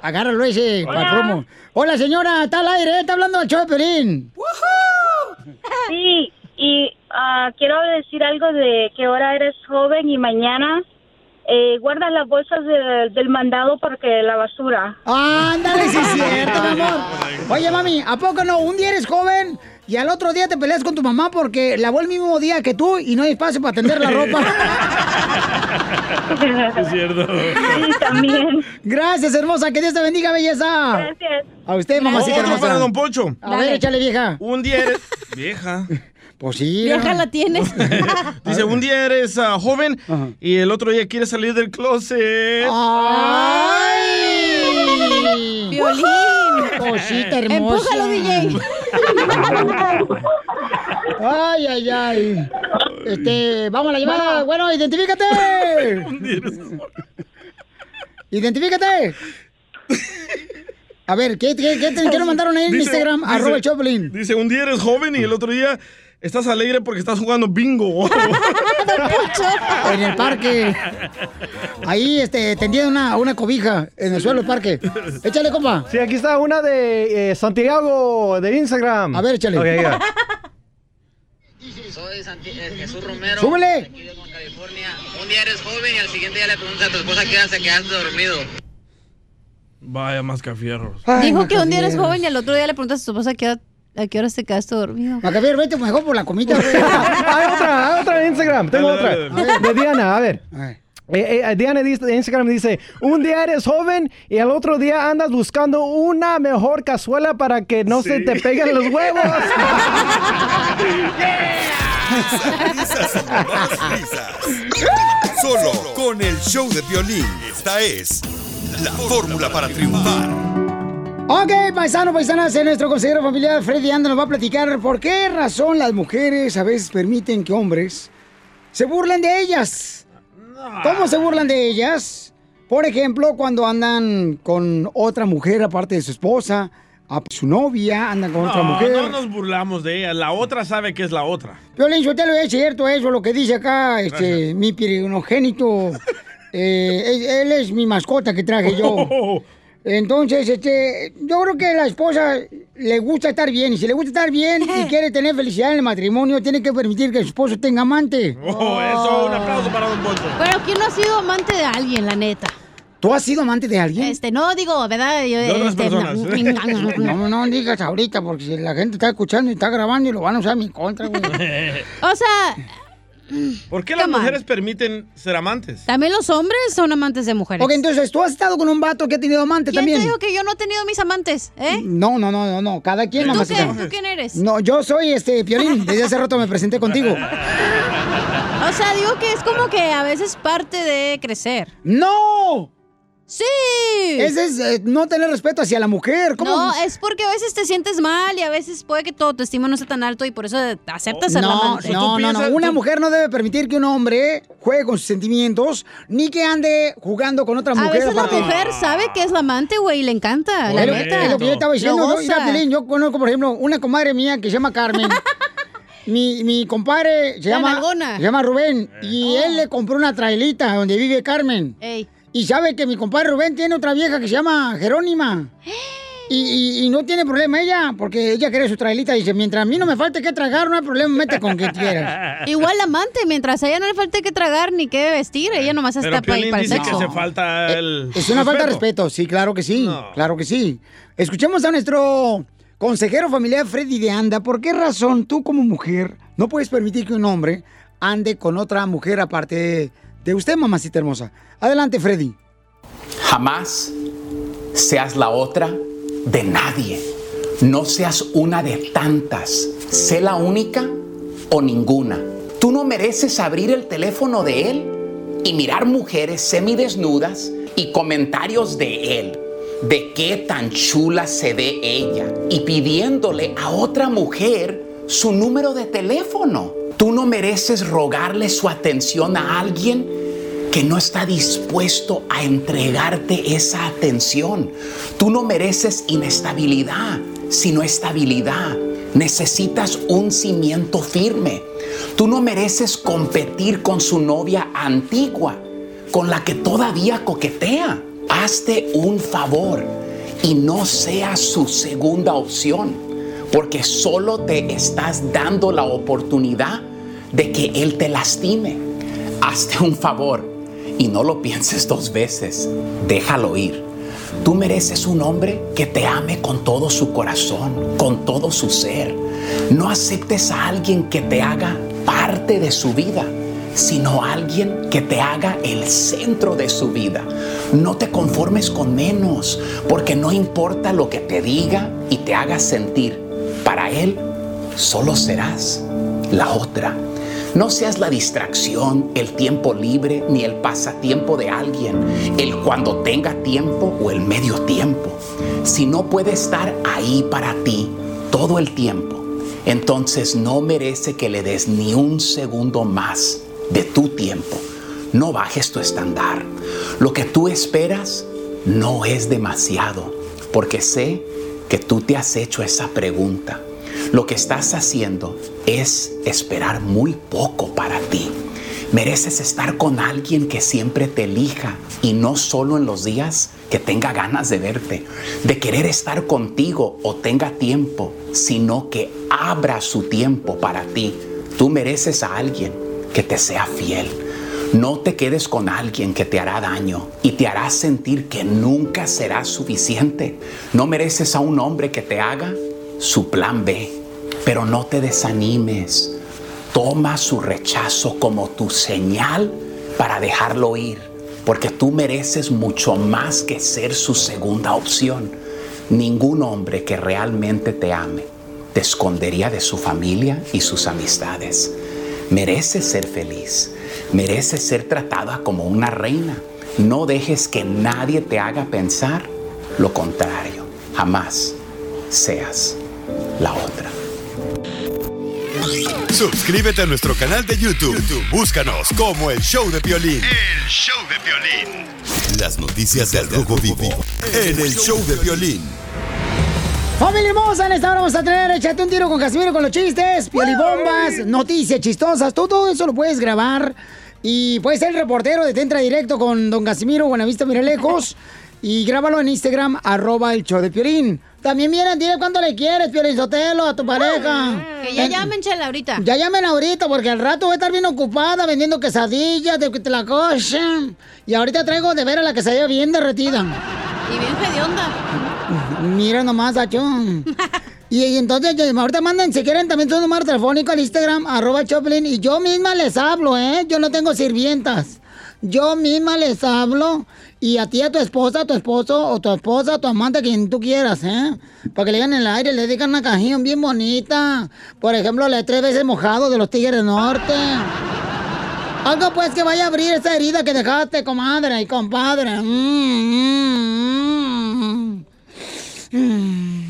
S4: Agárralo ese para el promo. Hola señora, está al aire, está hablando el show de Pelín.
S13: Sí, y ah, quiero decir algo de que ahora eres joven y mañana eh, guardas las bolsas de- del mandado porque la basura.
S4: Ándale, sí es cierto, mi amor. Oye, mami, ¿a poco no? Un día eres joven y al otro día te peleas con tu mamá porque lavó el mismo día que tú y no hay espacio para tender la ropa.
S6: es cierto.
S4: también. Gracias, hermosa. Que Dios te bendiga, belleza.
S13: Gracias.
S4: A usted, Ah. mamacita
S6: Otro
S4: hermosa.
S6: para Don Pocho.
S4: A ver, échale, vieja.
S6: Un día eres... Vieja.
S4: Pues sí.
S5: Vieja la tienes.
S6: Dice, un día eres ah, joven y el otro día quieres salir del closet.
S4: ¡Ay!
S5: Violín.
S4: Cosita hermosa.
S5: Empújalo, DJ.
S4: Ay, ay, ay. Este, vamos a la llamada. Bueno, identifícate. identifícate. A ver, ¿qué, qué, qué te, qué nos mandaron ahí en Instagram? Arroba el show. Choplin.
S6: Dice, un día eres joven y el otro día estás alegre porque estás jugando bingo.
S4: En el parque. Ahí, este, tendía una, una cobija en el suelo del parque. Échale, compa.
S11: Sí, aquí está una de eh, Santiago de Instagram. A ver,
S4: échale.
S23: Soy Santi- eh, Jesús Romero.
S4: ¡Súbele!
S23: de aquí de Baja California. Un día eres joven y al siguiente día le preguntas a tu esposa qué hace, que has dormido.
S6: Vaya mascafierros.
S5: Dijo que un día eres joven y al otro día le preguntas a tu esposa a qué hora, a qué hora te quedaste dormido.
S4: Macavier, vete mejor por la comida.
S11: hay otra, hay otra en Instagram. Tengo
S4: Dale,
S11: otra.
S4: dale, dale. A
S11: De Diana, a ver. Eh, eh, Diana dice- de Instagram dice, un día eres joven y al otro día andas buscando una mejor cazuela para que no se
S1: Sí.
S11: te peguen los huevos.
S1: Risas y más risas. Solo con el show de violín. Esta es la fórmula para triunfar.
S4: Ok, paisano, paisanas, eh, nuestro consejero familiar Freddy Anda nos va a platicar por qué razón las mujeres a veces permiten que hombres se burlen de ellas. ¿Cómo se burlan de ellas? Por ejemplo, cuando andan con otra mujer aparte de su esposa, a su novia, andan con otra
S6: No,
S4: mujer.
S6: no nos burlamos de ella. La otra sabe que es la otra.
S4: Violín Sotelo, es cierto eso, lo que dice acá este, mi pirigogénito. Eh, él, él es mi mascota que traje yo. Entonces, este, yo creo que la esposa le gusta estar bien. Y si le gusta estar bien y quiere tener felicidad en el matrimonio, tiene que permitir que el esposo tenga amante.
S6: Oh, eso, un aplauso para Don Pocho.
S5: Pero ¿quién no ha sido amante de alguien, la neta?
S4: ¿Tú has sido amante de alguien?
S5: Este, no digo, ¿verdad? Yo,
S4: De otras
S5: este,
S6: ¿eh?
S4: personas. ¿eh? No, no digas ahorita, porque si la gente está escuchando y está grabando y lo van a usar en mi contra, güey.
S5: O sea,
S6: ¿Por qué las
S5: Come on.
S6: mujeres permiten ser amantes?
S5: también los hombres son amantes de mujeres.
S4: Ok, entonces, ¿tú has estado con un vato que ha tenido amante
S5: ¿Quién
S4: también?
S5: te dijo que yo no he tenido mis amantes? ¿Eh?
S4: No, no, no, no, no. Cada quien,
S5: ¿Tú
S4: mamacita.
S5: qué? ¿Tú quién eres?
S4: No, yo soy este Piolín. Desde hace rato me presenté contigo.
S5: O sea, digo que es como que a veces parte de crecer.
S4: ¡No!
S5: ¡Sí!
S4: Ese es eh, no tener respeto hacia la mujer. ¿Cómo?
S5: No, es porque a veces te sientes mal y a veces puede que tu autoestima no sea tan alto y por eso aceptas a la
S4: No,
S5: amante.
S4: no, no, no. Una mujer no debe permitir que un hombre juegue con sus sentimientos ni que ande jugando con otra
S5: A
S4: mujer.
S5: veces la
S4: aparte.
S5: mujer sabe que es la amante, güey, y le encanta, la
S4: Es lo-
S5: neta.
S4: Es lo que yo estaba diciendo,
S5: Lo
S4: ¿no?
S5: goza.
S4: Mira, Piolín, yo conozco, por ejemplo, una comadre mía que se llama Carmen. Mi, mi compadre se
S5: La
S4: llama,
S5: nalgona. Eh.
S4: se llama Rubén y él le compró una trailita donde vive Carmen. Y sabe que mi compadre Rubén tiene otra vieja que se llama Jerónima. Y, y- y no tiene problema ella, porque ella quiere su trailita. Dice, mientras a mí no me falte que tragar, no hay problema, mete con que quieras.
S5: Igual la amante, mientras a ella no le falte que tragar ni que vestir, ella nomás
S6: Eh, Pero
S5: está para ir
S6: Piolín
S5: para el
S6: dice que
S5: sexo.
S6: se falta el.
S4: Es una falta de respeto, sí, claro que sí, claro que sí. Escuchemos a nuestro consejero familiar Freddy de Anda. ¿Por qué razón tú como mujer no puedes permitir que un hombre ande con otra mujer aparte de usted, mamacita hermosa? Adelante, Freddy.
S2: Jamás seas la otra de nadie. No seas una de tantas. Sé la única o ninguna. Tú no mereces abrir el teléfono de él y mirar mujeres semidesnudas y comentarios de él. De qué tan chula se ve ella. Y pidiéndole a otra mujer su número de teléfono. Tú no mereces rogarle su atención a alguien que no está dispuesto a entregarte esa atención. Tú no mereces inestabilidad, sino estabilidad. Necesitas un cimiento firme. Tú no mereces competir con su novia antigua, con la que todavía coquetea. Hazte un favor y no seas su segunda opción, porque solo te estás dando la oportunidad de que él te lastime hazte un favor y no lo pienses dos veces. Déjalo ir. Tú mereces un hombre que te ame con todo su corazón, con todo su ser. No aceptes a alguien que te haga parte de su vida, sino a alguien que te haga el centro de su vida. No te conformes con menos, porque no importa lo que te diga y te haga sentir. Para él solo serás la otra. No seas la distracción, el tiempo libre, ni el pasatiempo de alguien, el cuando tenga tiempo o el medio tiempo. Si no puede estar ahí para ti todo el tiempo, entonces no merece que le des ni un segundo más de tu tiempo. No bajes tu estándar. Lo que tú esperas no es demasiado, porque sé que tú te has hecho esa pregunta. Lo que estás haciendo es esperar muy poco para ti. Mereces estar con alguien que siempre te elija y no solo en los días que tenga ganas de verte, de querer estar contigo o tenga tiempo, sino que abra su tiempo para ti. Tú mereces a alguien que te sea fiel. No te quedes con alguien que te hará daño y te hará sentir que nunca será suficiente. No mereces a un hombre que te haga su plan B, pero no te desanimes. Toma su rechazo como tu señal para dejarlo ir, porque tú mereces mucho más que ser su segunda opción. Ningún hombre que realmente te ame te escondería de su familia y sus amistades. Mereces ser feliz, mereces ser tratada como una reina. No dejes que nadie te haga pensar lo contrario. Jamás seas la otra.
S1: Suscríbete a nuestro canal de YouTube. YouTube, Búscanos como el show de Piolín.
S3: El show de violín.
S1: Las noticias del rojo vivo en el show de Piolín.
S4: Familia hermosa, en esta hora vamos a tener Échate un tiro con Casimiro con los chistes, piolibombas, noticias chistosas. Tú todo eso lo puedes grabar y puedes ser el reportero de Tentra Directo con Don Casimiro Buenavista Miralejos y grábalo en Instagram, arroba el show de Piolín. También vienen, dile cuánto le quieres, Piolín Sotelo, a tu pareja.
S5: Que ya
S4: Eh,
S5: llamen, chela, ahorita.
S4: Ya llamen ahorita porque al rato voy a estar bien ocupada vendiendo quesadillas de la cosa. Y ahorita traigo de ver a la quesadilla bien derretida.
S5: Y bien hedionda.
S4: Mira nomás, achón. Y, y entonces, y ahorita manden, si quieren, también su número telefónico al Instagram, arroba Choplin, y yo misma les hablo, ¿eh? Yo no tengo sirvientas. Yo misma les hablo, y a ti, a tu esposa, a tu esposo, o tu esposa, a tu amante, quien tú quieras, ¿eh? Para que le digan en el aire, le digan una canción bien bonita. Por ejemplo, la de tres veces mojado de los Tigres del Norte. Algo pues que vaya a abrir esa herida que dejaste, comadre y compadre. Mm, mm, mm, mm.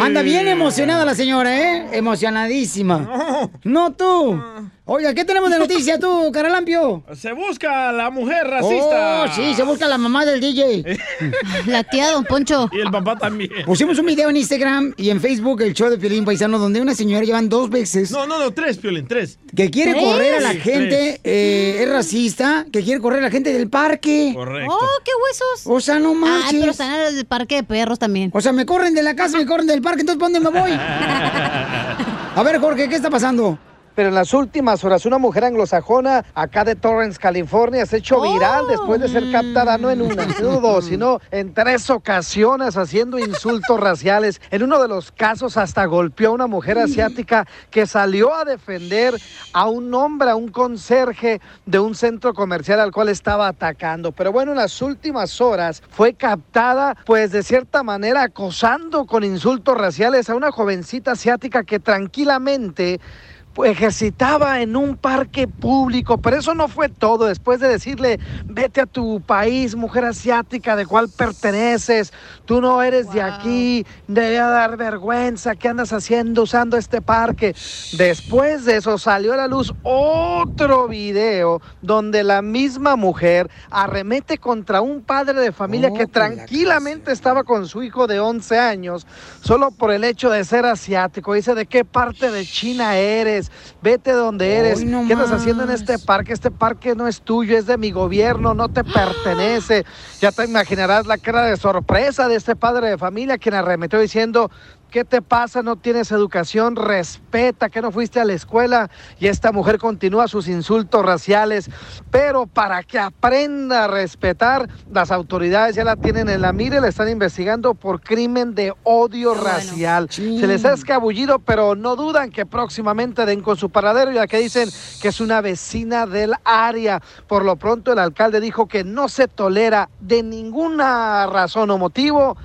S4: Anda bien emocionada la señora, ¿eh? Emocionadísima. No tú. Oiga, ¿qué tenemos de noticia tú, Caralampio?
S6: Se busca a la mujer racista.
S4: Eh. Oh, sí, se busca la mamá del DJ. la tía Don Poncho.
S6: Y el papá también.
S4: Pusimos un video en Instagram y en Facebook, el show de Piolín Paisano, donde una señora llevan dos veces
S6: No, no, no, tres, Piolín, tres.
S4: que quiere
S6: ¿Tres?
S4: correr a la
S6: Sí,
S4: gente,
S6: tres. Mm.
S4: eh, es racista, que quiere correr a la gente del parque.
S6: Correcto.
S5: ¡Oh, qué huesos!
S4: O sea, no manches.
S5: Ay, pero están en el parque de perros también.
S4: O sea, me corren de la casa, me corren del parque, entonces ¿para dónde me voy? A ver, Jorge, ¿qué está pasando?
S7: Pero en las últimas horas, una mujer anglosajona acá de Torrance, California, se ha hecho viral después de ser captada no en una, no
S4: Mm.
S7: dos, sino en tres ocasiones haciendo insultos raciales. En uno de los casos hasta golpeó a una mujer asiática que salió a defender a un hombre, a un conserje de un centro comercial al cual estaba atacando. Pero bueno, en las últimas horas fue captada, pues de cierta manera acosando con insultos raciales a una jovencita asiática que tranquilamente pues, ejercitaba en un parque público, pero eso no fue todo. Después de decirle, vete a tu país, mujer asiática, de cuál perteneces, tú no eres de aquí, debe dar vergüenza, ¿qué andas haciendo usando este parque? Después de eso salió a la luz otro video donde la misma mujer arremete contra un padre de familia que tranquilamente estaba con su hijo de 11 años, solo por el hecho de ser asiático. Dice, ¿de qué parte de China eres? Vete donde eres. ¿Qué estás haciendo en este parque? Este parque no es tuyo, es de mi gobierno, no te pertenece. Ya te imaginarás la cara de sorpresa de este padre de familia quien arremetió diciendo... ¿Qué te pasa? No tienes educación, respeta que no fuiste a la escuela. Y esta mujer continúa sus insultos raciales. Pero para que aprenda a respetar, las autoridades ya la tienen en la mira y la están investigando por crimen de odio racial. Se les ha escabullido, pero no dudan que próximamente den con su paradero, ya que dicen que es una vecina del área. Por lo pronto, el alcalde dijo que no se tolera de ninguna razón o motivo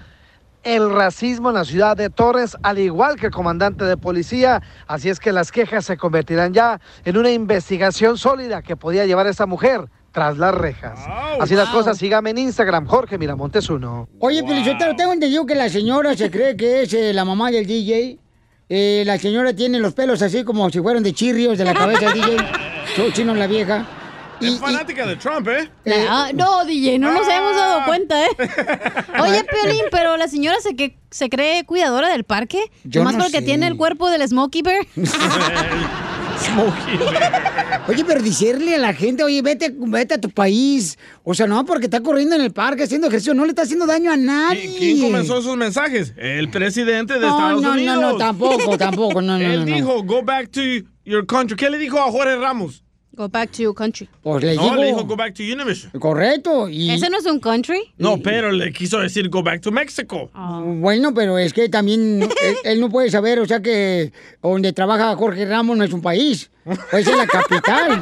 S7: el racismo en la ciudad de Torres, al igual que el comandante de policía. Así es que las quejas se convertirán ya en una investigación sólida que podía llevar esta mujer tras las rejas. Así las cosas, sígame en Instagram, Jorge Miramontes uno.
S4: Oye, pero yo te- tengo entendido que la señora se cree que es eh, la mamá del DJ. Eh, la señora tiene los pelos así como si fueran de chirrios de la cabeza del DJ. Soy chino la vieja.
S6: Es fanática de Trump, ¿eh?
S5: Ah, no, DJ, no nos hemos dado cuenta, ¿eh? Oye, Piolín, pero la señora se, que, se cree cuidadora del parque.
S4: Yo
S5: más
S4: no
S5: porque
S4: sé.
S5: tiene el cuerpo del Smokey Bear.
S4: Oye, pero decirle a la gente, oye, vete, vete a tu país. O sea, no, porque está corriendo en el parque haciendo ejercicio, no le está haciendo daño a nadie.
S6: ¿Quién comenzó esos mensajes? El presidente de
S4: No,
S6: Estados
S4: no, no,
S6: Unidos.
S4: no, tampoco, tampoco, no, no,
S6: Él
S4: no, no.
S6: dijo, go back to your country. ¿Qué le dijo a Jorge Ramos?
S5: Go back to your country.
S4: Pues le
S6: no,
S4: digo-
S6: le dijo go back to Univision.
S4: Correcto. Y...
S5: ¿Ese no es un country?
S6: No, pero le quiso decir go back to Mexico.
S4: Ah, Bueno, pero es que también él, él no puede saber, o sea que donde trabaja Jorge Ramos no es un país, pues es la capital.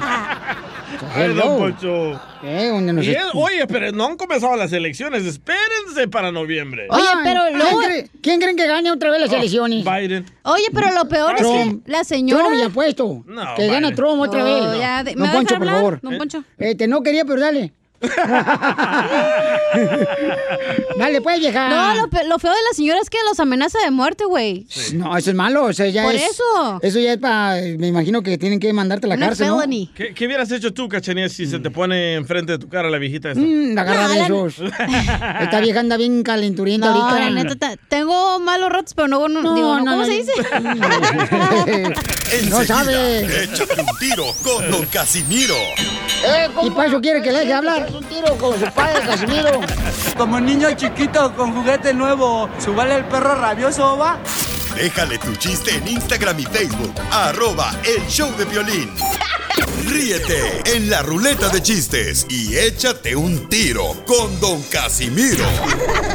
S6: Ay,
S4: Hello.
S6: don Poncho.
S4: Eh, donde nos
S6: Y
S4: es-
S6: él- oye, pero no han comenzado las elecciones. Espérense para noviembre.
S5: Oye,
S4: Ay,
S5: pero
S4: ¿quién
S5: luego-
S4: cree- ¿Quién creen que gane otra vez las
S6: Oh,
S4: elecciones?
S6: Biden.
S5: Oye, pero lo peor es
S4: Trump.
S5: que la señora...
S4: Trump ya puesto.
S6: No,
S4: que gana
S6: vale.
S4: Trump otra
S5: No,
S4: vez.
S5: ya, de- ¿me
S4: don
S5: va a
S4: Poncho,
S5: dejar
S4: por
S5: hablar,
S4: favor.
S5: don Poncho?
S4: Este, no quería, pero dale. dale, pues, puedes llegar.
S5: No, lo, pe- lo feo de la señora es que los amenaza de muerte, güey.
S4: No, eso es malo, o sea, ya
S5: Por
S4: es...
S5: eso.
S4: Eso ya es para... Me imagino que tienen que mandarte a la cárcel, ¿no?
S6: ¿Qué, qué hubieras hecho tú, Cachanía, si se te pone enfrente de tu cara la viejita esta?
S4: Mm, la agarra besos. Esta vieja anda bien calenturienta
S5: No,
S4: ahorita.
S5: la neta, ta- tengo malos ratos, pero no, no,
S4: No,
S5: digo, no,
S4: no,
S5: ¿cómo
S4: no,
S5: se
S4: no.
S5: dice?
S1: Enseguida, échate un tiro con Don Casimiro.
S4: y para eso quiere que le deje hablar. un tiro con su padre, Casimiro.
S9: Como niño chiquito con juguete nuevo, subale el perro rabioso, va.
S1: Déjale tu chiste en Instagram y Facebook. Arroba el show de violín. Ríete en la ruleta de chistes y échate un tiro con Don Casimiro.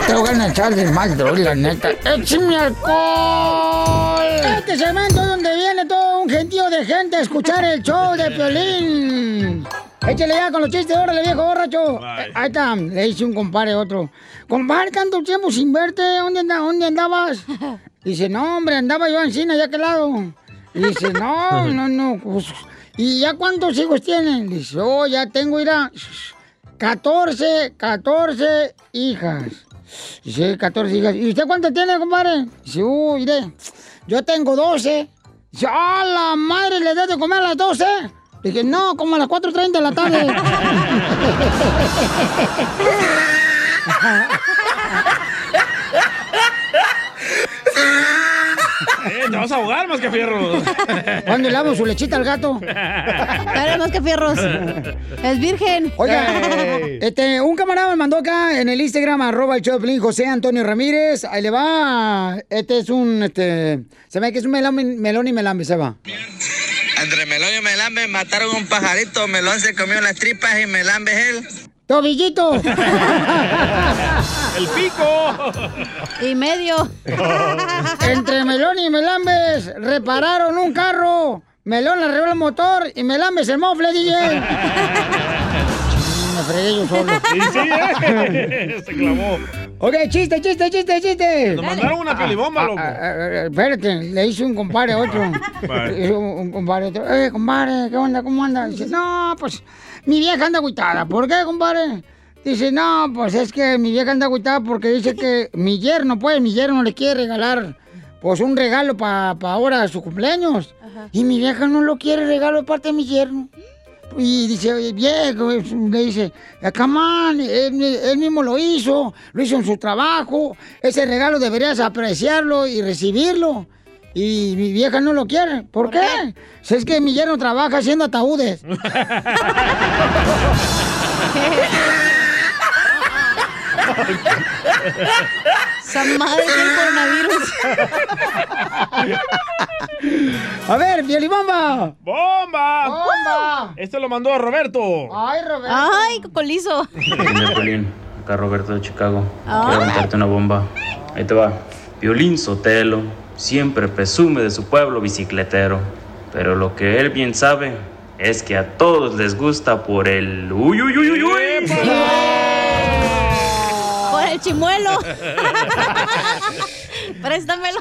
S15: Tengo ganas de echar de mal, la neta.
S4: ¡Échame alcohol! Este segmento es donde viene todo un gentío de gente a escuchar el show de Piolín. Échale ya con los chistes, órale, viejo borracho. Eh, Ahí está, le hice un compare a otro. Compare, tanto tiempo sin verte, ¿dónde, anda- dónde andabas? Dice, no, hombre, andaba yo en China, ¿ya qué lado? Y dice, no, no, no, pues, ¿Y ya cuántos hijos tienen? Dice, oh, ya tengo, irá, 14, 14 hijas. Dice, 14 hijas. ¿Y usted cuánto tiene, compadre? Dice, uh, iré, yo tengo 12. Dice, ah, la madre, ¿le das de comer a las 12? Le dije, no, como a las 4.30 de la tarde.
S6: Eh, te vas a ahogar más que fierro.
S4: ¿Cuándo le damos su lechita al gato?
S5: Dale más que fierros. Es virgen.
S4: Oiga, este, un camarada me mandó acá en el Instagram, arroba el show de Piolín, José Antonio Ramírez. Ahí le va. Este es un, este, se ve que es un melón, melón y melambe, se va.
S8: Entre Melón y Melambe mataron un pajarito, Melón se comió las tripas y Melambe es él.
S4: ¡Tobillito!
S8: ¡El pico!
S5: Y medio.
S4: Entre Melón y Melambes repararon un carro. Melón arregló el motor y Melambes el mofle, DJ. Me fregué yo solo.
S6: Y sí, eh, se clamó.
S4: Ok, chiste, chiste, chiste, chiste.
S6: Nos mandaron una pelibomba,
S4: Ah,
S6: loco.
S4: ah, ah, ah, espérate, le hice un compadre a otro.
S6: Vale.
S4: Le hice un, un compadre a otro. Eh, compadre, ¿qué onda? ¿Cómo anda? Dice, no, pues mi vieja anda agüitada. ¿Por qué, compadre? Dice, no, pues es que mi vieja anda agüitada porque dice que mi yerno, pues, mi yerno le quiere regalar, pues, un regalo para ahora su cumpleaños. Y mi vieja no lo quiere regalo de parte de mi yerno. Y dice, oye, viejo, es- le dice, Camán, él, él mismo lo hizo, lo hizo en su trabajo, ese regalo deberías apreciarlo y recibirlo. Y mi vieja no lo quiere. ¿Por, qué? Si es que mi yerno trabaja haciendo ataúdes.
S5: Esa madre del coronavirus.
S4: A ver, Piel Bomba.
S6: ¡Bomba!
S4: ¡Bomba!
S6: Este lo mandó Roberto.
S4: Ay, Roberto.
S5: Ay, cocolizo.
S10: Mira, Piolín, acá Roberto de Chicago.
S5: Ay.
S10: Quiero aventarte una bomba. Ahí te va. Violín Sotelo siempre presume de su pueblo bicicletero, pero lo que él bien sabe es que a todos les gusta por el uy uy uy uy uy.
S5: Por el chimuelo. Préstamelo.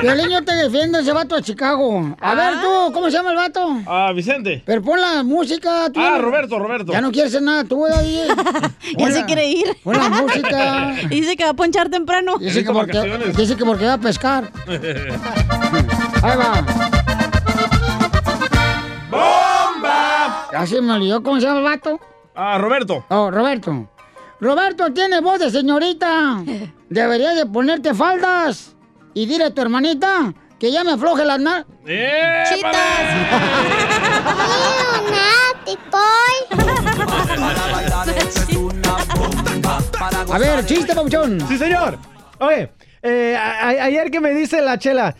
S4: Piolín, yo te defiendo ese vato de Chicago. A ver tú, ¿cómo se llama el vato?
S6: Ah, Vicente.
S4: Pero pon la música. Tú.
S6: Ah, Roberto, Roberto.
S4: Ya no quieres hacer nada tú, David.
S5: Ya se quiere ir.
S4: Pon la música.
S5: Dice que va a ponchar temprano.
S4: Dice que, porque, dice que porque va a pescar. Ahí va. ¡Bomba! Ya se me olvidó cómo se llama el vato.
S6: Ah, Roberto.
S4: Oh, Roberto. Roberto, tiene voz de señorita. Deberías de ponerte faldas y dile a tu hermanita que ya me afloje las nalgas.
S11: A
S4: ver, chiste, pauchón.
S11: Sí, señor. Oye, eh, a- a- ayer que me dice la chela.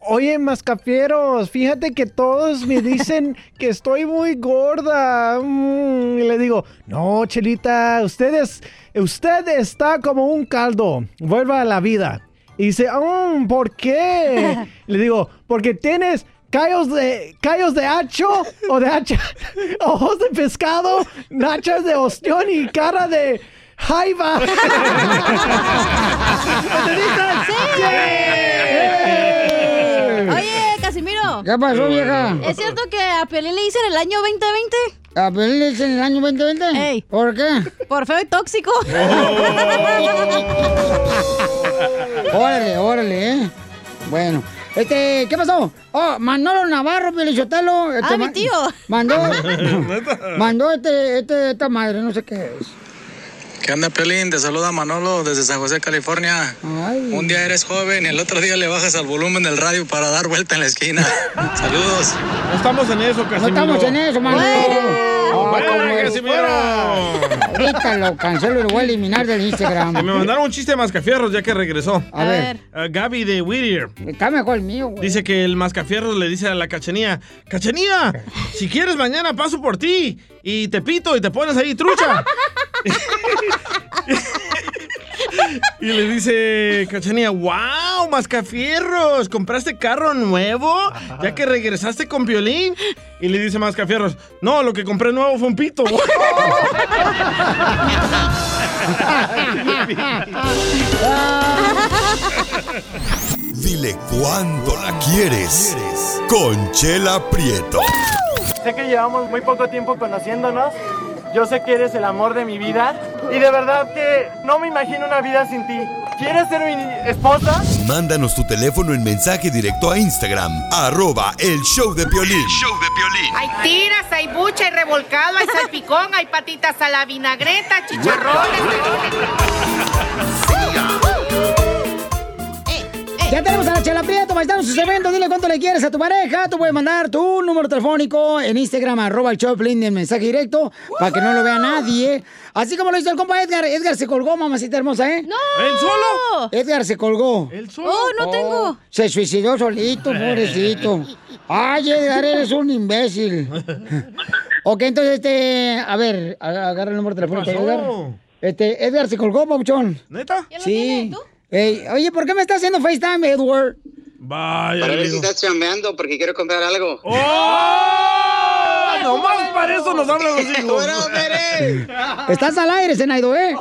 S11: Oye, mascafieros, fíjate que todos me dicen que estoy muy gorda. Mm, y le digo, no, chelita, usted, es- usted está como un caldo. Vuelva a la vida. Y dice, "Mm, ¿por qué? le digo, porque tienes callos de, callos de hacho o de hacha, ojos de pescado, nachas de ostión y cara de jaiba.
S5: Oye, Casimiro.
S4: ¿Qué pasó, vieja?
S5: ¿Es cierto que a Piolín le dicen el año 2020?
S4: ¿A Piolín le dicen el año 2020? ¿Por qué?
S5: Por feo y tóxico.
S4: Oh. Órale, órale, ¿eh? Bueno. Este, ¿qué pasó? Oh, Manolo Navarro, Pelichotelo. Este,
S5: Ah, mi
S4: ma-
S5: tío.
S4: Mandó, mandó este, este, esta madre, no sé qué es.
S24: ¿Qué onda, Pelín? Te saluda Manolo desde San José, California.
S4: Ay.
S24: Un día eres joven y el otro día le bajas al volumen del radio para dar vuelta en la esquina. Saludos.
S6: No estamos en eso, Casimiro.
S4: estamos en eso, Manolo.
S6: ¡Fuera,
S4: Ay, cómo eres.
S6: Casimiro!
S4: Ahorita lo cancelo y lo voy a eliminar del Instagram.
S6: Y me mandaron un chiste de mascafierros ya que regresó.
S4: A ver.
S6: Ah, Gaby de Whittier.
S4: Está mejor el mío, güey.
S6: Dice que el mascafierros le dice a la cachenía, ¡Cachenía! Si quieres mañana paso por ti y te pito y te pones ahí trucha. y le dice Cachenía, wow, Mascafierros, ¿compraste carro nuevo? Ya que regresaste con Piolín. Y le dice Mascafierros, no, lo que compré nuevo fue un pito.
S1: Dile cuándo la quieres. Conchela Prieto.
S12: Sé que llevamos muy poco tiempo conociéndonos. Yo sé que eres el amor de mi vida. Y de verdad que no me imagino una vida sin ti. ¿Quieres ser mi esposa?
S1: Mándanos tu teléfono en mensaje directo a Instagram, arroba el show de Piolín.
S14: Hay tiras, hay bucha, hay revolcado, hay salpicón, hay patitas a la vinagreta, chicharrones.
S4: Ya tenemos a la Chela Prieto, paisanos, sus eventos. Dile cuánto le quieres a tu pareja. Tú puedes mandar tu número telefónico en Instagram, arroba el Choplin, en mensaje directo, para que no lo vea nadie. Así como lo hizo el compa Edgar. Edgar se colgó, mamacita hermosa, ¿eh? ¡No!
S5: ¿El solo?
S4: Edgar se colgó.
S5: Oh, no tengo.
S4: Se suicidó solito, pobrecito. Ay, Edgar, eres un imbécil. ok, entonces, este... A ver, a- agarra el número telefónico de
S6: pasó?
S4: Edgar. Este, Edgar se colgó, Pauchón.
S6: ¿Neta?
S4: Sí. Ey, oye, ¿por qué me estás haciendo FaceTime, Edward?
S6: Vaya.
S23: Para ver
S6: le
S23: si
S6: digo.
S23: estás chambeando porque quiero comprar algo.
S6: ¡Ah, nomás para eso nos hablan los hijos.
S4: Estás al aire, Zenaido, ¿eh?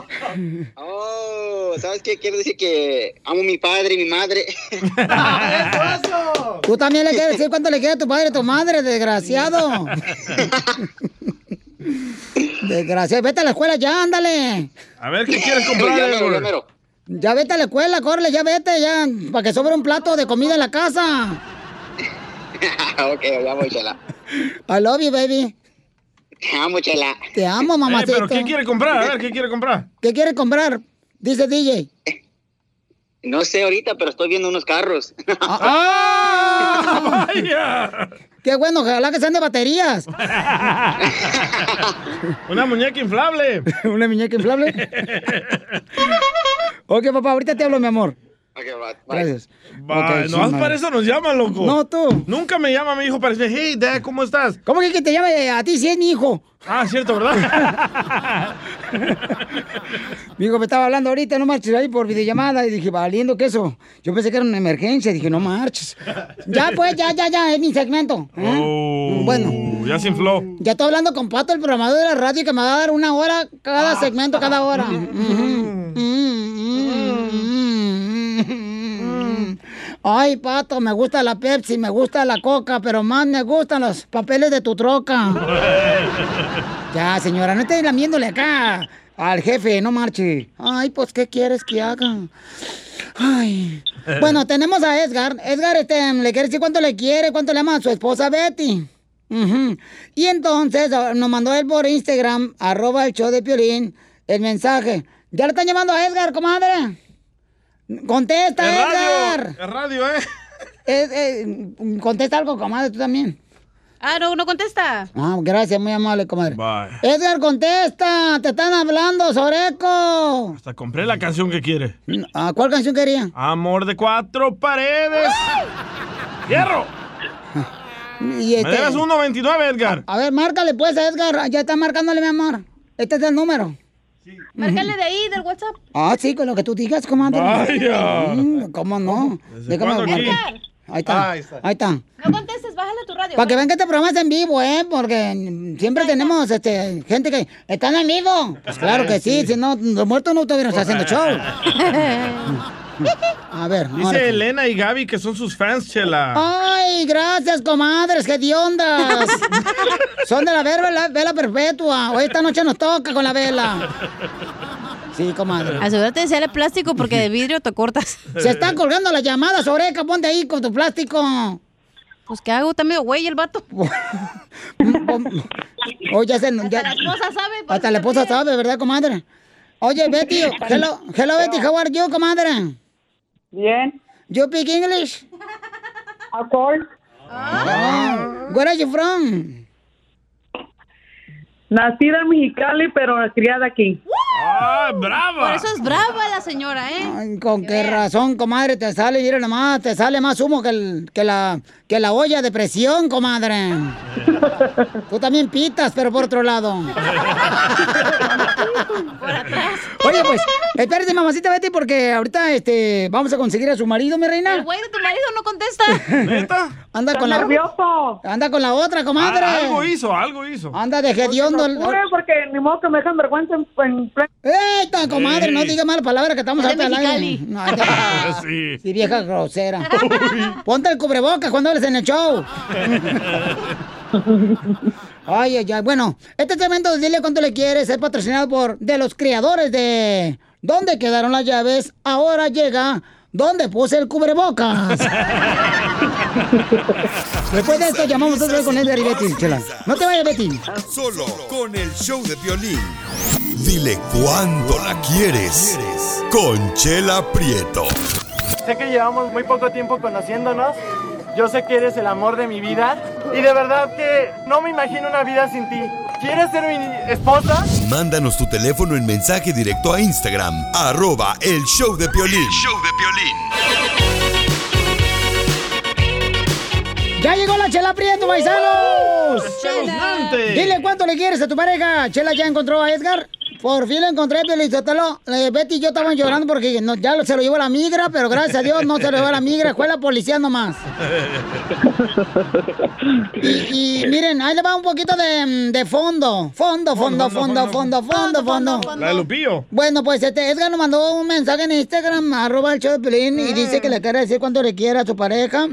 S23: Oh, ¿Sabes qué? Quiero decir que amo a mi padre y mi madre.
S4: Tú también le quieres decir cuánto le queda a tu padre y a tu madre, desgraciado. desgraciado, vete a la escuela ya, ándale.
S6: A ver, ¿qué quieres comprar?
S23: Ya mero, ya
S6: Edward?
S23: mero.
S4: Ya vete a la escuela, corre, ya vete, ya, para que sobre un plato de comida en la casa.
S23: ok, ya voy, chela.
S4: I love you, baby.
S23: Te amo, chela.
S4: Te amo,
S6: Eh,
S4: mamacita.
S6: pero ¿qué quiere comprar? A ver, ¿qué quiere comprar?
S4: ¿Qué quieres comprar? Dice DJ.
S23: No sé ahorita, pero estoy viendo unos carros.
S4: ¡Ah! Qué bueno, ojalá que sean de baterías.
S6: Una muñeca inflable.
S4: Una muñeca inflable. ok, papá, ahorita te hablo, mi amor. Gracias.
S6: Vaya,
S4: Ok,
S6: nomás
S4: su madre.
S6: para eso nos llaman, loco.
S4: No, tú.
S6: Nunca me llama mi hijo para decirme, hey, Dad, ¿cómo estás?
S4: ¿Cómo que, que te llame a ti si es mi hijo?
S6: Ah, cierto, ¿verdad?
S4: Mi hijo me estaba hablando ahorita, no marches ahí por videollamada. Y dije, valiendo queso. Yo pensé que era una emergencia. Dije, no marches. Ya, pues, ya, ya, ya, es mi segmento. ¿eh? Bueno,
S6: Uh, ya se infló.
S4: ya estoy hablando con Pato, el programador de la radio, que me va a dar una hora cada segmento, cada hora. Ujú. Mm. Ay, Pato, me gusta la Pepsi, me gusta la Coca, pero más me gustan los papeles de tu troca. Ya, señora, no estés lamiéndole acá al jefe, no marche. Ay, pues, ¿qué quieres que haga? Ay. Bueno, tenemos a Edgar. Edgar, este, le quiere decir cuánto le quiere, cuánto le ama a su esposa Betty. Ujú. Y entonces ah, nos mandó él por Instagram, arroba el show de Piolín, el mensaje. ¿Ya le están llamando a Edgar, comadre? ¡Contesta,
S6: Es radio,
S4: Edgar!
S6: es radio, ¿eh?
S4: Es- eh, contesta algo, comadre, tú también.
S5: Ah, no, no contesta.
S4: Ah, gracias, muy amable, comadre. Edgar, contesta, te están hablando, Soreco.
S6: Hasta compré la canción que quiere.
S4: Ah, ¿Cuál canción quería?
S6: Amor de cuatro paredes. ¡Hierro!
S4: Y este-
S6: Me debes un 1.29, Edgar.
S4: A ver, márcale pues, Edgar. Ya está marcándole, mi amor. Este es el número.
S5: Márcale de ahí, del WhatsApp.
S4: Ah, sí, con lo que tú digas, comadre.
S5: Vaya.
S4: Mm, ¿Cómo no? Déjame
S5: cuándo
S4: hablar.
S5: aquí? Ah,
S4: Ahí está.
S5: Ahí
S4: Ahí
S5: está.
S4: está.
S5: No contestes, bájale tu radio.
S4: Para que vean que este programa es en vivo, ¿eh? Porque mm, siempre tenemos este, gente que... ¿Están en vivo? Pues claro que sí, si no, los muertos no estuvieran haciendo show. A ver, ahora sí. Ah,
S6: Dice Elena y Gaby que son sus fans, chela.
S4: Ay, gracias, comadres, qué diondas. Son de la verba- la vela perpetua. Hoy esta noche nos toca con la vela. Sí, comadre.
S5: Asegúrate de ser el plástico porque de vidrio te cortas.
S4: Se están colgando las llamadas, Oreca, ponte ahí con tu plástico.
S5: Pues, ¿qué hago? Está medio güey el vato.
S4: Oye, ya se... ya-
S5: La esposa sabe. por
S4: hasta
S5: si
S4: la
S5: te
S4: esposa sabe, ¿verdad, comadre? Oye, Betty, hello, hello Betty, how are you, comadre? Bien. You speak English? Of course. Oh. Where are you from?
S22: Nacida en Mexicali, pero criada aquí.
S6: ¡Ah,
S5: Por eso es brava la señora, ¿eh?
S4: Ay, Con qué razón, comadre, te sale, mira nomás, te sale más humo que, el- que la, que la olla de presión, comadre. Tú también pitas, pero por otro lado. Oye, pues, espérate, mamacita, vete, porque ahorita este, vamos a conseguir a su marido, mi
S5: El
S4: reina.
S5: güey de tu marido no contesta.
S4: Anda
S5: Está
S4: con la
S5: nervioso.
S4: Anda con la otra, comadre.
S6: Ah, algo hizo, algo hizo.
S4: Anda de hediondo. porque ni modo que me dejan vergüenza en, ¡Eita, comadre!
S6: Sí.
S4: No diga mal palabra que estamos
S5: Es de
S4: ahorita al aire.
S5: Mexicali.
S4: No, te-
S6: sí.
S4: Sí, vieja grosera. Ponte el cubrebocas cuando hables en el show. Ay, ay, ay. Bueno, este segmento de Dile Cuánto Le Quieres es patrocinado por de los creadores de ¿Dónde quedaron las llaves? Ahora llega ¿Dónde puse el cubrebocas? Después de esto llamamos otra vez con Edgar y Betty, chela. No te vayas, Betty.
S1: Solo con el show de violín. Dile cuándo la quieres. Conchela Prieto.
S12: Sé que llevamos muy poco tiempo conociéndonos. Yo sé que eres el amor de mi vida. Y de verdad que no me imagino una vida sin ti. ¿Quieres ser mi esposa?
S1: Mándanos tu teléfono en mensaje directo a Instagram. Arroba el show de violín.
S3: Show de violín.
S4: ¡Ya llegó la Chela Prieto, paisanos! Dile cuánto le quieres a tu pareja. Chela ya encontró a Edgar. Por fin lo encontré, Pelizotelo. Eh, Betty y yo estaban llorando porque no- ya lo- se lo llevó la migra, pero gracias a Dios no se lo llevó la migra, fue la policía nomás. Y miren, ahí le va un poquito de, mm, de fondo. Fondo, fondo, fondo, fondo, fondo, fondo.
S6: La de Lupillo.
S4: Bueno, pues este Edgar nos mandó un mensaje en Instagram, arroba el show de Pelín, y dice que le quiere decir cuánto le quiere a su pareja.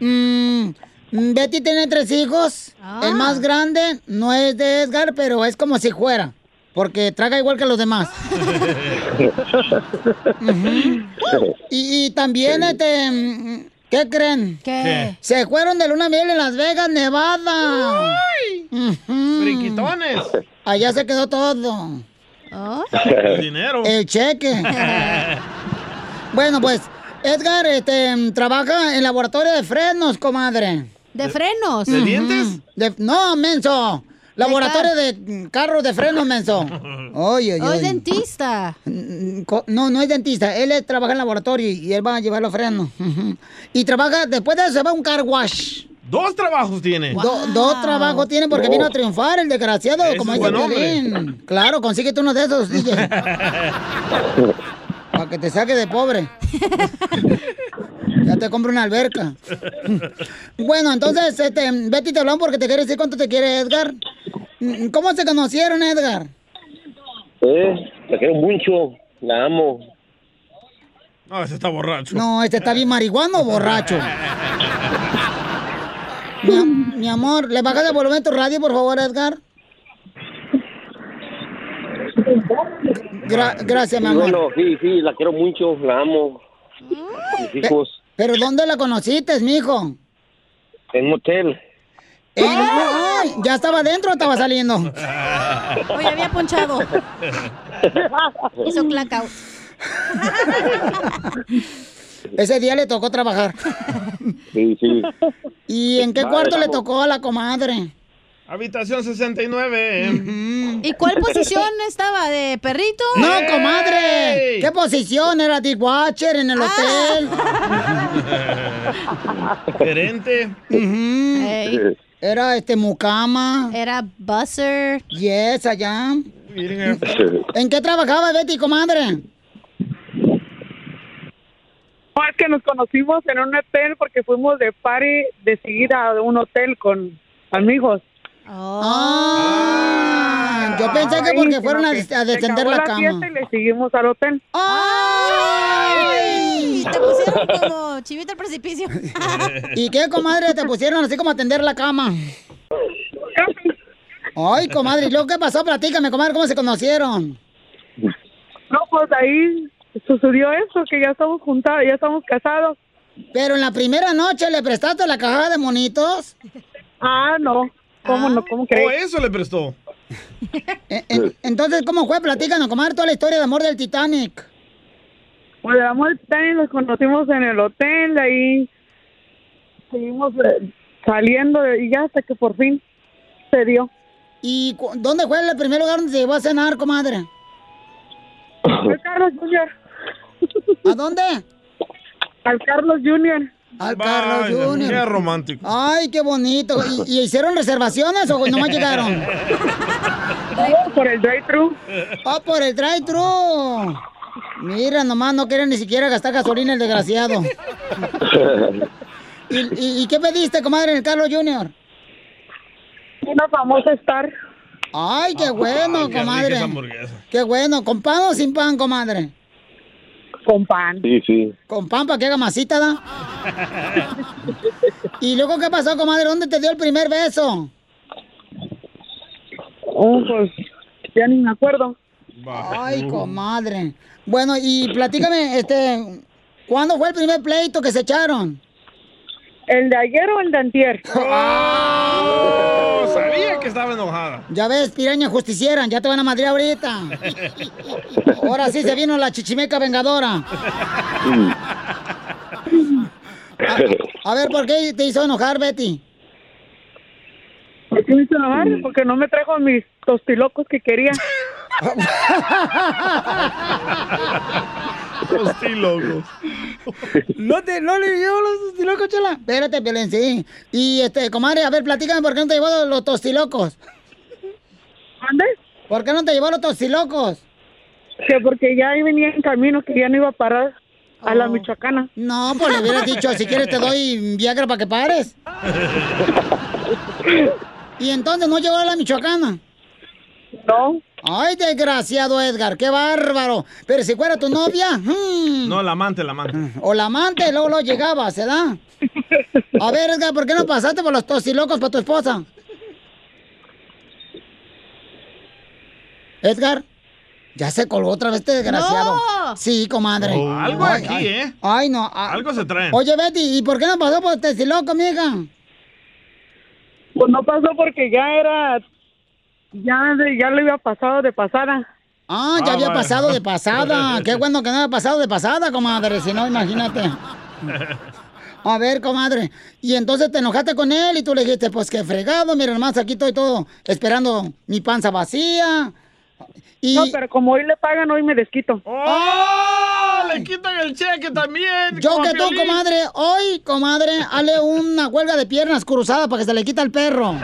S4: Mm, mm, Betty tiene tres hijos. El más grande no es de Edgar, pero es como si fuera. Porque traga igual que los demás. Y, y también, este, mm, ¿qué creen?
S3: ¿Qué?
S4: Se fueron de luna de miel en Las Vegas, Nevada. Ujú.
S6: Friquitones.
S4: Allá se quedó todo.
S6: El dinero.
S4: El cheque. bueno, pues, Edgar este, trabaja en laboratorio de frenos, comadre.
S5: ¿De frenos?
S6: ¿De dientes?
S4: De- no, menso. Laboratorio de, carros de frenos, menso. Oye, oye.
S5: Oh, es
S4: oye.
S5: dentista.
S4: Mm, co- No, no es dentista. Él eh, trabaja en laboratorio y él va a llevar los frenos. Ujú. Y trabaja, después de eso se va a un car wash.
S6: Dos trabajos tiene.
S4: Do- dos trabajos tiene porque
S6: Dos.
S4: vino a triunfar el desgraciado,
S6: Oh. Es
S4: como
S6: un
S4: dice
S6: buen hombre.
S4: Piolín. Claro, consíguete uno de esos, DJ. Para que te saque de pobre. ya te compro una alberca. Bueno, entonces, este, Betty te hablamos porque te quiere decir cuánto te quiere Edgar. Mm, ¿Cómo se conocieron, Edgar?
S16: Eh, la quiero mucho, la amo.
S6: No, ese está borracho.
S4: No, este está bien marihuano o borracho. Mi, am- mi amor, ¿le bajas el volumen a tu radio, por favor, Edgar? Gra- gracias, mi
S16: Y
S4: amor.
S16: Bueno, sí, sí, la quiero mucho, la amo. Mis hijos,
S4: ¿Pero dónde la conociste, mijo?
S16: en un hotel.
S4: En- Ay, ¿Ya estaba adentro o estaba saliendo?
S5: Oye, había ponchado. Hizo clac out.
S4: Ese día le tocó trabajar.
S16: Sí, sí.
S4: ¿Y en qué
S6: Vale,
S4: cuarto le
S6: vamos.
S4: tocó a la comadre?
S6: Habitación 69.
S5: ¿Y cuál posición estaba? ¿De perrito?
S4: No, comadre. ¿Qué posición era Dick Watcher
S5: Ah.
S4: en el hotel?
S6: Gerente.
S4: Ujú.
S6: Ey.
S4: Era este mucama.
S5: Era buzzer.
S4: Yes, allá.
S6: Miren,
S4: ¿En qué trabajaba Betty, comadre?
S20: No, es que nos conocimos en un hotel porque fuimos de party de seguida a un hotel con amigos.
S4: Ah, yo pensé que porque fueron a, des- a descender la cama.
S20: fiesta y le seguimos al hotel.
S5: ¡Ay! Te pusieron como chivita al precipicio.
S4: ¿Y qué, comadre? Te pusieron así como a tender la cama. Ay, comadre, ¿y luego qué pasó? Platícame, comadre, ¿cómo se conocieron?
S20: No, pues ahí sucedió eso, que ya estamos juntados, ya estamos casados.
S4: Pero en la primera noche le prestaste la caja de monitos.
S20: Ah, no. ¿Cómo no? ¿Cómo crees?
S6: Oh, eso le prestó.
S4: Entonces, ¿cómo fue? Platícanos, comadre, toda la historia de amor del Titanic.
S20: Bueno, vamos al hotel, nos conocimos en el hotel, de ahí seguimos eh, saliendo de- y ya hasta que por fin se dio.
S4: ¿Y cu- dónde fue el primer lugar donde se llevó a cenar, comadre?
S20: Al Carlos Junior.
S4: ¿A dónde?
S20: Al Carlos Junior.
S4: Al Carlos
S20: Vaya,
S4: Junior.
S20: qué
S6: romántico.
S4: Ay, qué bonito. ¿Y, y hicieron reservaciones o nomás llegaron?
S20: Oh, por el drive-thru.
S4: Ah, por el drive-thru. Mira, nomás no quieren ni siquiera gastar gasolina el desgraciado. ¿Y, y, y qué pediste, comadre, en el Carlos Junior?
S20: Una famosa Star.
S4: Ay,
S13: Ah,
S4: qué bueno, comadre. Qué bueno, ¿con pan o sin pan, comadre?
S20: Con pan.
S16: Sí, sí.
S4: Con pan para que haga masita, ¿da? ¿Y luego qué pasó, comadre? ¿Dónde te dio el primer beso?
S20: Oh, pues ya ni me acuerdo.
S4: Ay, comadre. Bueno, y platícame, este, ¿cuándo fue el primer pleito que se echaron?
S20: ¿El de ayer o el de antier?
S6: No Oh, sabía que estaba enojada.
S4: Ya ves, piraña justicieran, ya te van a madrear ahorita. Ahora sí se vino la chichimeca vengadora. A ver, ¿por qué te hizo enojar, Betty?
S20: ¿Por qué me hizo enojar? Porque no me trajo mis tostilocos que quería.
S6: Tostilocos.
S4: No te, no le llevo los tostilocos, chela. Espérate, Piolín, sí. Y este, comadre, a ver, platícame por qué no te llevó los tostilocos.
S20: ¿Dónde?
S4: ¿Por qué no te llevó los tostilocos?
S20: Que porque ya ahí venía en camino, que ya no iba a parar a la michoacana.
S4: Oh. No, pues le hubieras dicho, si quieres te doy Viagra para que pares. Y entonces no llegó a la Michoacana.
S20: No.
S4: Ay, desgraciado Edgar, qué bárbaro. Pero si fuera tu novia, mm,
S6: No, la amante, la amante.
S4: o la amante, luego lo llegaba, ¿se da? A ver, Edgar, ¿por qué no pasaste por los tosilocos para tu esposa? Edgar, ya se colgó otra vez este desgraciado. Sí, comadre.
S6: Oh, algo
S4: Ay,
S6: aquí,
S4: ay.
S6: ¿eh?
S4: Ay, no. ah.
S6: Algo se traen.
S4: Oye, Betty, ¿y por qué no pasó por tosilocos, mija?
S20: Pues no pasó porque ya era. Ya, de- ya lo había pasado de pasada.
S4: Ah, ya
S20: Ah,
S4: había
S20: vaya.
S4: pasado de pasada. Qué bueno que no había pasado de pasada, comadre. Si no, imagínate. A ver, comadre. Y entonces te enojaste con él y tú le dijiste, pues qué fregado, mira, hermano, aquí estoy todo esperando mi panza vacía. Y... No, pero
S20: como hoy le pagan, hoy me desquito.
S6: ¡Oh! ¡Le quitan el cheque también!
S4: Ah. Yo
S6: como
S4: que tú,
S6: Piolín.
S4: comadre, hoy, comadre, hale una huelga de piernas cruzadas para que se le quita el perro.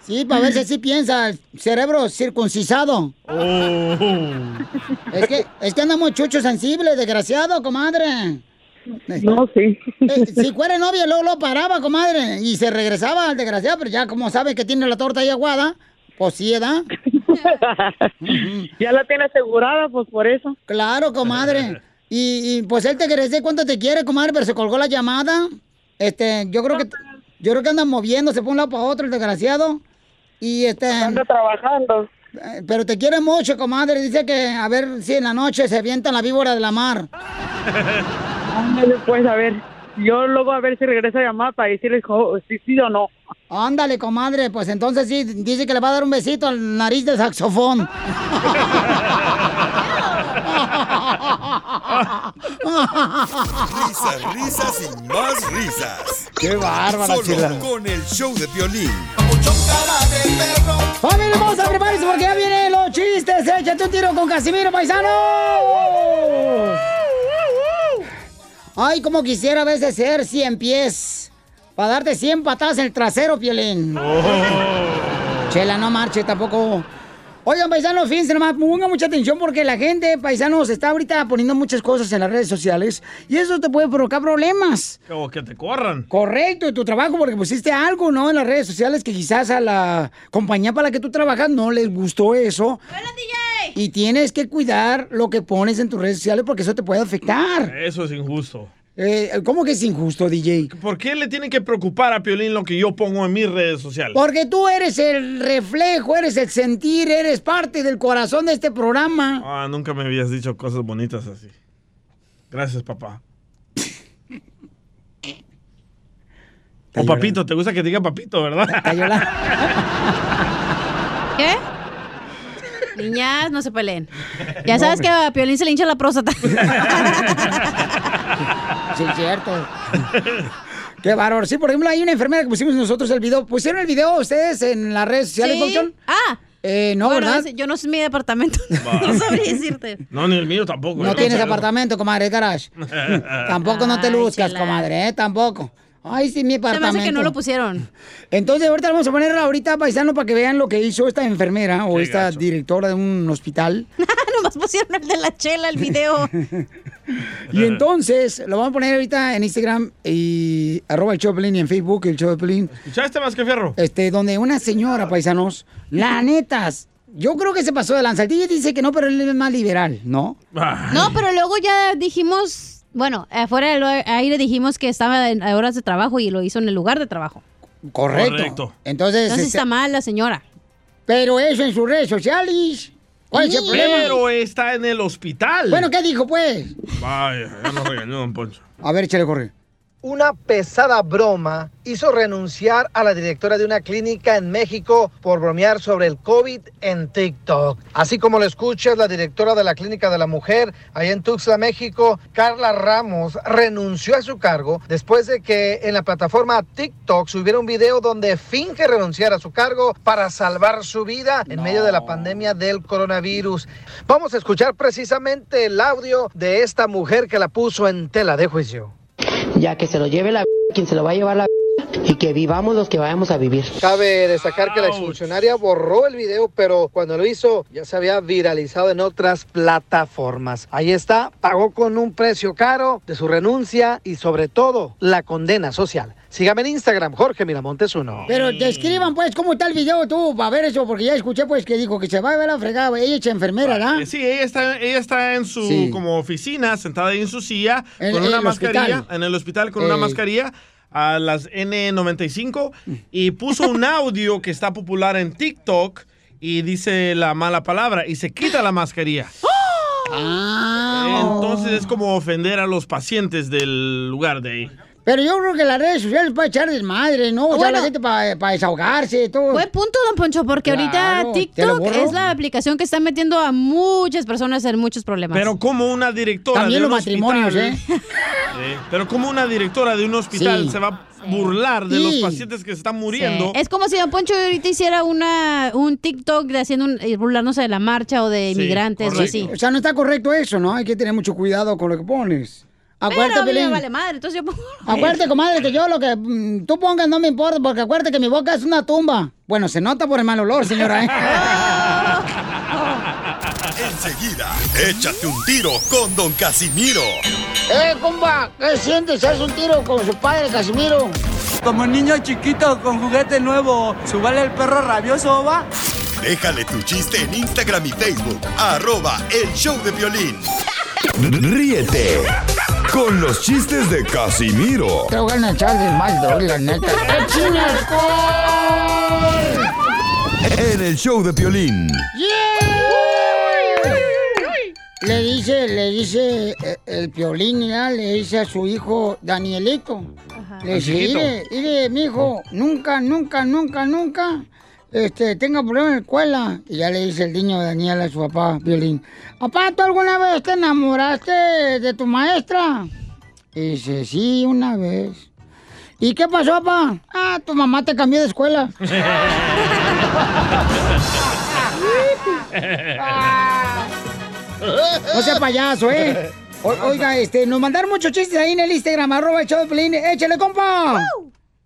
S4: Sí, para ver si así piensa el cerebro circuncisado. Es que, es que andamos chucho sensible, desgraciado, comadre.
S20: No, sí.
S4: Eh, si fuera novia, luego lo paraba, comadre, y se regresaba al desgraciado, pero ya como sabe que tiene la torta ahí aguada, pues sí, ¿verdad?
S20: ya la tiene asegurada, pues por eso.
S4: Claro, comadre. Y, y, pues él te quiere decir cuánto te quiere, comadre, pero se colgó la llamada. Este, yo creo que yo creo que anda moviéndose por un lado para otro el desgraciado. Y este anda
S20: trabajando.
S4: Pero te quiere mucho, comadre. Dice que a ver si en la noche se avienta la víbora de la mar.
S20: Ándale, pues a ver. Yo luego a ver si regresa a llamar para decirles jo- si sí o no.
S4: Ándale, comadre, pues entonces sí, dice que le va a dar un besito al nariz del saxofón.
S1: Risas, risas y más risas.
S4: ¡Qué bárbara,
S1: Solo
S4: Chela.
S1: con el show de violín.
S4: ¡Familia hermosa, prepárense porque ya vienen los chistes! ¡Échate un tiro con Casimiro, paisano! Ay, como quisiera a veces ser 100 pies. Para darte 100 patadas en el trasero, Piolín. Chela, no marche tampoco. Oigan, paisanos, fíjense nomás, pongan mucha atención porque la gente, paisanos, está ahorita poniendo muchas cosas en las redes sociales y eso te puede provocar problemas.
S6: Como que te corran.
S4: Correcto, y tu trabajo, porque pusiste algo, ¿no? En las redes sociales que quizás a la compañía para la que tú trabajas no les gustó eso. Y tienes que cuidar lo que pones en tus redes sociales porque eso te puede afectar.
S6: Eso es injusto.
S4: Eh, ¿Cómo que es injusto, DJ?
S6: ¿Por qué le tiene que preocupar a Piolín lo que yo pongo en mis redes sociales?
S4: Porque tú eres el reflejo, eres el sentir, eres parte del corazón de este programa.
S6: Ah, nunca me habías dicho cosas bonitas así. Gracias, papá. O papito, te gusta que te diga papito, ¿verdad?
S5: ¿Qué? Niñas, no se peleen. Ya sabes que a Piolín se le hincha la próstata.
S4: Sí, es cierto. Qué bárbaro. Sí, por ejemplo, hay una enfermera que pusimos nosotros el video. ¿Pusieron el video ustedes en las redes sociales,
S5: Sí.
S4: Papuchón?
S5: Ah.
S4: Eh, no,
S5: Bueno,
S4: ¿verdad?
S5: ese- yo no soy mi departamento. no sabría decirte.
S6: No, ni el mío tampoco.
S4: No
S6: ¿eh?
S4: tienes apartamento, comadre, garage. Tampoco no te
S5: Ay,
S4: luzcas,
S5: chela.
S4: comadre, ¿eh? Tampoco. Ay, sí, mi
S5: hace que
S4: apartamento.
S5: no lo
S4: pusieron. Entonces, ahorita vamos a ponerla ahorita, paisano, para que vean lo que hizo esta enfermera o esta directora de un hospital.
S5: Nomás pusieron el de la chela el video.
S4: Y entonces, lo vamos a poner ahorita en Instagram y arroba el Choplin y en Facebook el Choplin.
S6: ¿Escuchaste más que fierro?
S4: Este, donde una señora, paisanos, la netas, yo creo que se pasó de lanza. El DJ dice que no, pero él es más liberal, ¿no?
S5: No, pero luego ya dijimos, bueno, afuera del aire dijimos que estaba en horas de trabajo y lo hizo en el lugar de trabajo.
S4: Correcto.
S6: Correcto.
S4: Entonces,
S5: Entonces
S4: este-
S5: está mal la señora.
S4: Pero eso en sus redes sociales. ¿Cuál es el problema?
S6: Pero está en el hospital.
S4: Bueno, ¿qué dijo, pues?
S6: Vaya, ya nos regañó Don Poncho.
S4: A ver, échale, corre.
S7: Una pesada broma hizo renunciar a la directora de una clínica en México por bromear sobre el COVID en TikTok. Así como lo escuchas, la directora de la Clínica de la Mujer, allá en Tuxtla, México, Carla Ramos, renunció a su cargo después de que en la plataforma TikTok subiera un video donde finge renunciar a su cargo para salvar su vida en medio de la pandemia del coronavirus. Vamos a escuchar precisamente el audio de esta mujer que la puso en tela de juicio.
S17: ya que se lo lleve la quien se lo va a llevar la y que vivamos los que vayamos a vivir.
S7: Cabe destacar que la exfuncionaria borró el video, pero cuando lo hizo ya se había viralizado en otras plataformas. Ahí está, pagó con un precio caro de su renuncia y sobre todo la condena social. Sígame en Instagram, Jorge Miramontes uno.
S4: Pero describan, pues, cómo está el video tú, para ver eso, porque ya escuché, pues, que dijo que se va a ver la fregada. Ella Ah, es enfermera, ¿verdad?
S6: Eh, Sí, ella está, ella está en su
S4: Sí.
S6: como oficina, sentada ahí en su silla,
S4: En-
S6: con
S4: en
S6: una
S4: el
S6: mascarilla,
S4: hospital. Eh.
S6: en el hospital con una
S4: Ey.
S6: mascarilla a las N95 y puso un audio que está popular en TikTok y dice la mala palabra y se quita la mascarilla.
S4: Ah.
S6: Entonces es como ofender a los pacientes del lugar de ahí.
S4: Pero yo creo que las redes sociales para echar desmadre, ¿no? O sea,
S5: Bueno.
S4: la gente para desahogarse, todo.
S5: Buen punto, don Poncho, porque
S4: Claro,
S5: ahorita
S4: ¿te lo
S5: TikTok
S4: borro?
S5: es la aplicación que está metiendo a muchas personas en muchos problemas.
S6: Pero como una directora
S5: También
S6: de un
S5: los matrimonios,
S4: ¿eh?
S6: hospital, Sí, pero como una directora de un hospital
S5: Sí.
S6: se va a burlar de los
S5: Sí.
S6: pacientes que se están
S5: Sí.
S6: muriendo.
S5: Es como si Don Poncho ahorita hiciera una, un TikTok de haciendo un, eh, burlándose de la marcha o de inmigrantes o así.
S4: O sea, no está correcto eso, ¿no? Hay que tener mucho cuidado con lo que pones. Acuérdate,
S5: Pero a mí me
S4: Pelín.
S5: vale madre, entonces yo pongo-
S4: Acuérdate, comadre, que yo lo que mm, tú pongas no me importa, porque acuérdate que mi boca es una tumba. Bueno, se nota por el mal olor, señora, ¿eh?
S1: Enseguida, échate un tiro con Don Casimiro.
S15: ¡Eh, compa! ¿Qué sientes? ¿Haz un tiro con su padre, Casimiro?
S9: Como niño chiquito con juguete nuevo, subale el perro rabioso, va.
S1: Déjale tu chiste en Instagram y Facebook, arroba el show de violín. Ríete con los chistes de Casimiro
S15: Tengo ganas de echarle más doble, la neta.
S4: ¡Échame alcohol!
S1: en el show de violín.
S4: Le dice, le dice eh, el piolín, mira, le dice a su hijo Danielito. Le
S15: Al
S4: dice,
S15: chiquito.
S4: mire, mire, mijo, nunca, nunca, nunca, nunca este, tenga problemas en la escuela. Y ya le dice el niño Daniel a su papá, violín. Papá, ¿tú alguna vez te enamoraste de tu maestra? Y dice, sí, una vez. ¿Y qué pasó, papá? Ah, tu mamá te cambió de escuela. No sea payaso, ¿eh? O-
S13: Ah.
S4: oiga, este, nos mandaron muchos chistes ahí en el Instagram, arroba el show de Piolín. ¡Échale, compa!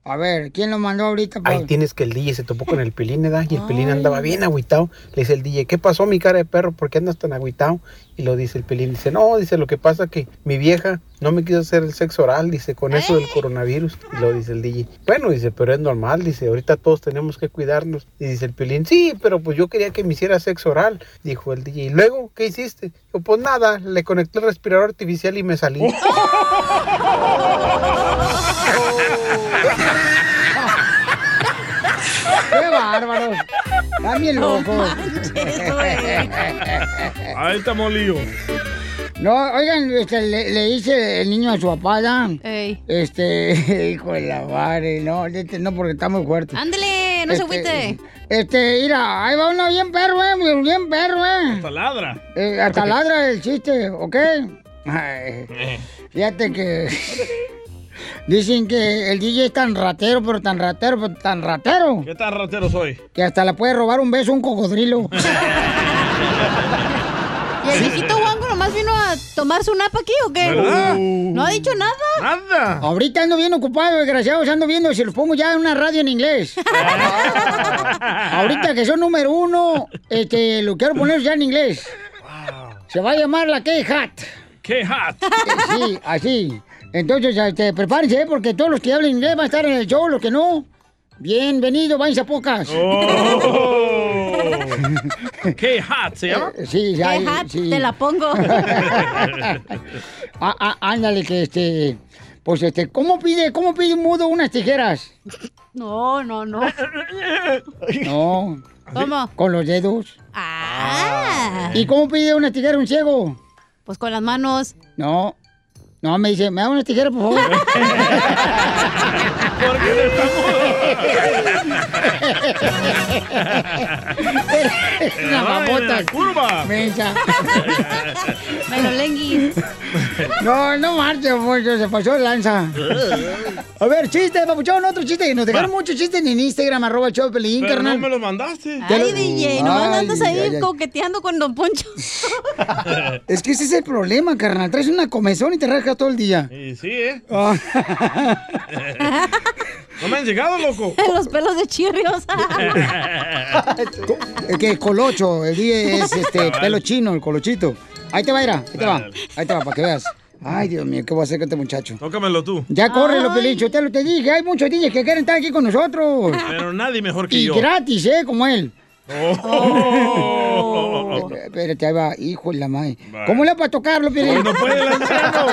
S4: A ver, ¿quién lo mandó ahorita?
S18: Ahí
S4: Pablo?
S18: tienes que el DJ se topó con el Pilín, ¿verdad? Y el Pilín andaba bien agüitado. Le dice el DJ, ¿qué pasó, mi cara de perro? ¿Por qué andas tan agüitado? Y lo dice el Pilín. Dice, no, dice, lo que pasa que mi vieja no me quiso hacer el sexo oral, dice, con eso
S4: ¿Eh?
S18: del coronavirus. Y lo dice el DJ. Bueno, dice, pero es normal, dice, ahorita todos tenemos que cuidarnos. Y dice el Pilín, sí, pero pues yo quería que me hiciera sexo oral, dijo el DJ. ¿Y luego qué hiciste? Yo, pues nada, le conecté el respirador artificial y me salí.
S4: ¡Oh! ¡Qué bárbaros! También loco.
S6: Ahí está molido.
S4: No, oigan, este, le, le dice el niño a su papá, ¿ya? Este, hijo de la madre, no, este, no, porque está muy fuerte.
S5: Ándele, no se agüite.
S4: Este, mira, ahí va uno bien perro, eh, bien perro, eh.
S6: Este, Taladra.
S4: Eh, hasta ladra el chiste, ¿ok? Ay, fíjate que. Dicen que el DJ es tan ratero, pero tan ratero, pero tan ratero,
S6: ¿Qué tan ratero soy?
S4: que hasta le puede robar un beso a un cocodrilo.
S5: ¿Y el viejito Wango nomás vino a tomarse un apa aquí o qué?
S4: ¿Verdad?
S5: No ha dicho nada.
S6: Nada.
S4: Ahorita ando bien ocupado, desgraciados, ando viendo si los pongo ya en una radio en inglés. Ahorita que son número uno, este, lo quiero poner ya en inglés. Se va a llamar la K-Hat.
S6: K-Hat.
S4: Sí, así. Entonces, este, prepárense, ¿eh? porque todos los que hablan inglés van a estar en el show, los que no. Bienvenido, váyanse a pocas.
S6: Oh. ¿Qué hat se llama?
S4: Eh, sí, ya, eh, sí.
S5: Te la pongo.
S4: Ah, ah, ándale, que este. Pues este, ¿cómo pide, cómo pide un mudo unas tijeras?
S5: No, no, no.
S4: No.
S5: ¿Cómo?
S4: Con los dedos. ¿Y cómo pide una tijera un ciego?
S5: Ah, Pues con las manos.
S4: No. No, me dice, ¿me da una tijera, por favor?
S5: La babota.
S4: curva. Mensa.
S5: Melolengui.
S4: No, no marches, Poncho, se pasó de lanza. A ver, chiste, papuchón, otro chiste. Nos dejaron muchos chistes en Instagram, arroba el show de Pelín,
S6: Pero no
S4: carnal.
S6: me lo mandaste.
S4: Te
S5: Ay,
S4: lo-
S5: DJ, no
S4: Ay,
S5: andas ahí
S4: ay, ay.
S5: coqueteando con Don Poncho.
S4: Es que ese es el problema, carnal. Traes una comezón y te rascas todo el día.
S6: Y sí, ¿eh?
S4: Ah.
S6: no me han llegado, loco.
S5: Los pelos de chirrios.
S4: Es que colocho, el día es este
S6: Cabal.
S4: pelo chino, el colochito. Ahí te va, mira, ahí te va, ahí te va, para que veas. Ay, Dios mío, ¿qué voy a hacer con este muchacho?
S6: Tócamelo tú.
S4: Ya corre lo que te lo te dije, hay muchos DJs que quieren estar aquí con nosotros.
S6: Pero nadie mejor que
S4: Y
S6: Ah. yo.
S4: gratis, ¿eh? Como él.
S6: Oh.
S4: Espérate, ahí va, hijo de la madre.
S6: Vale.
S4: ¿Cómo le va a tocarlo, Piolín?
S6: No puede lanzarlo.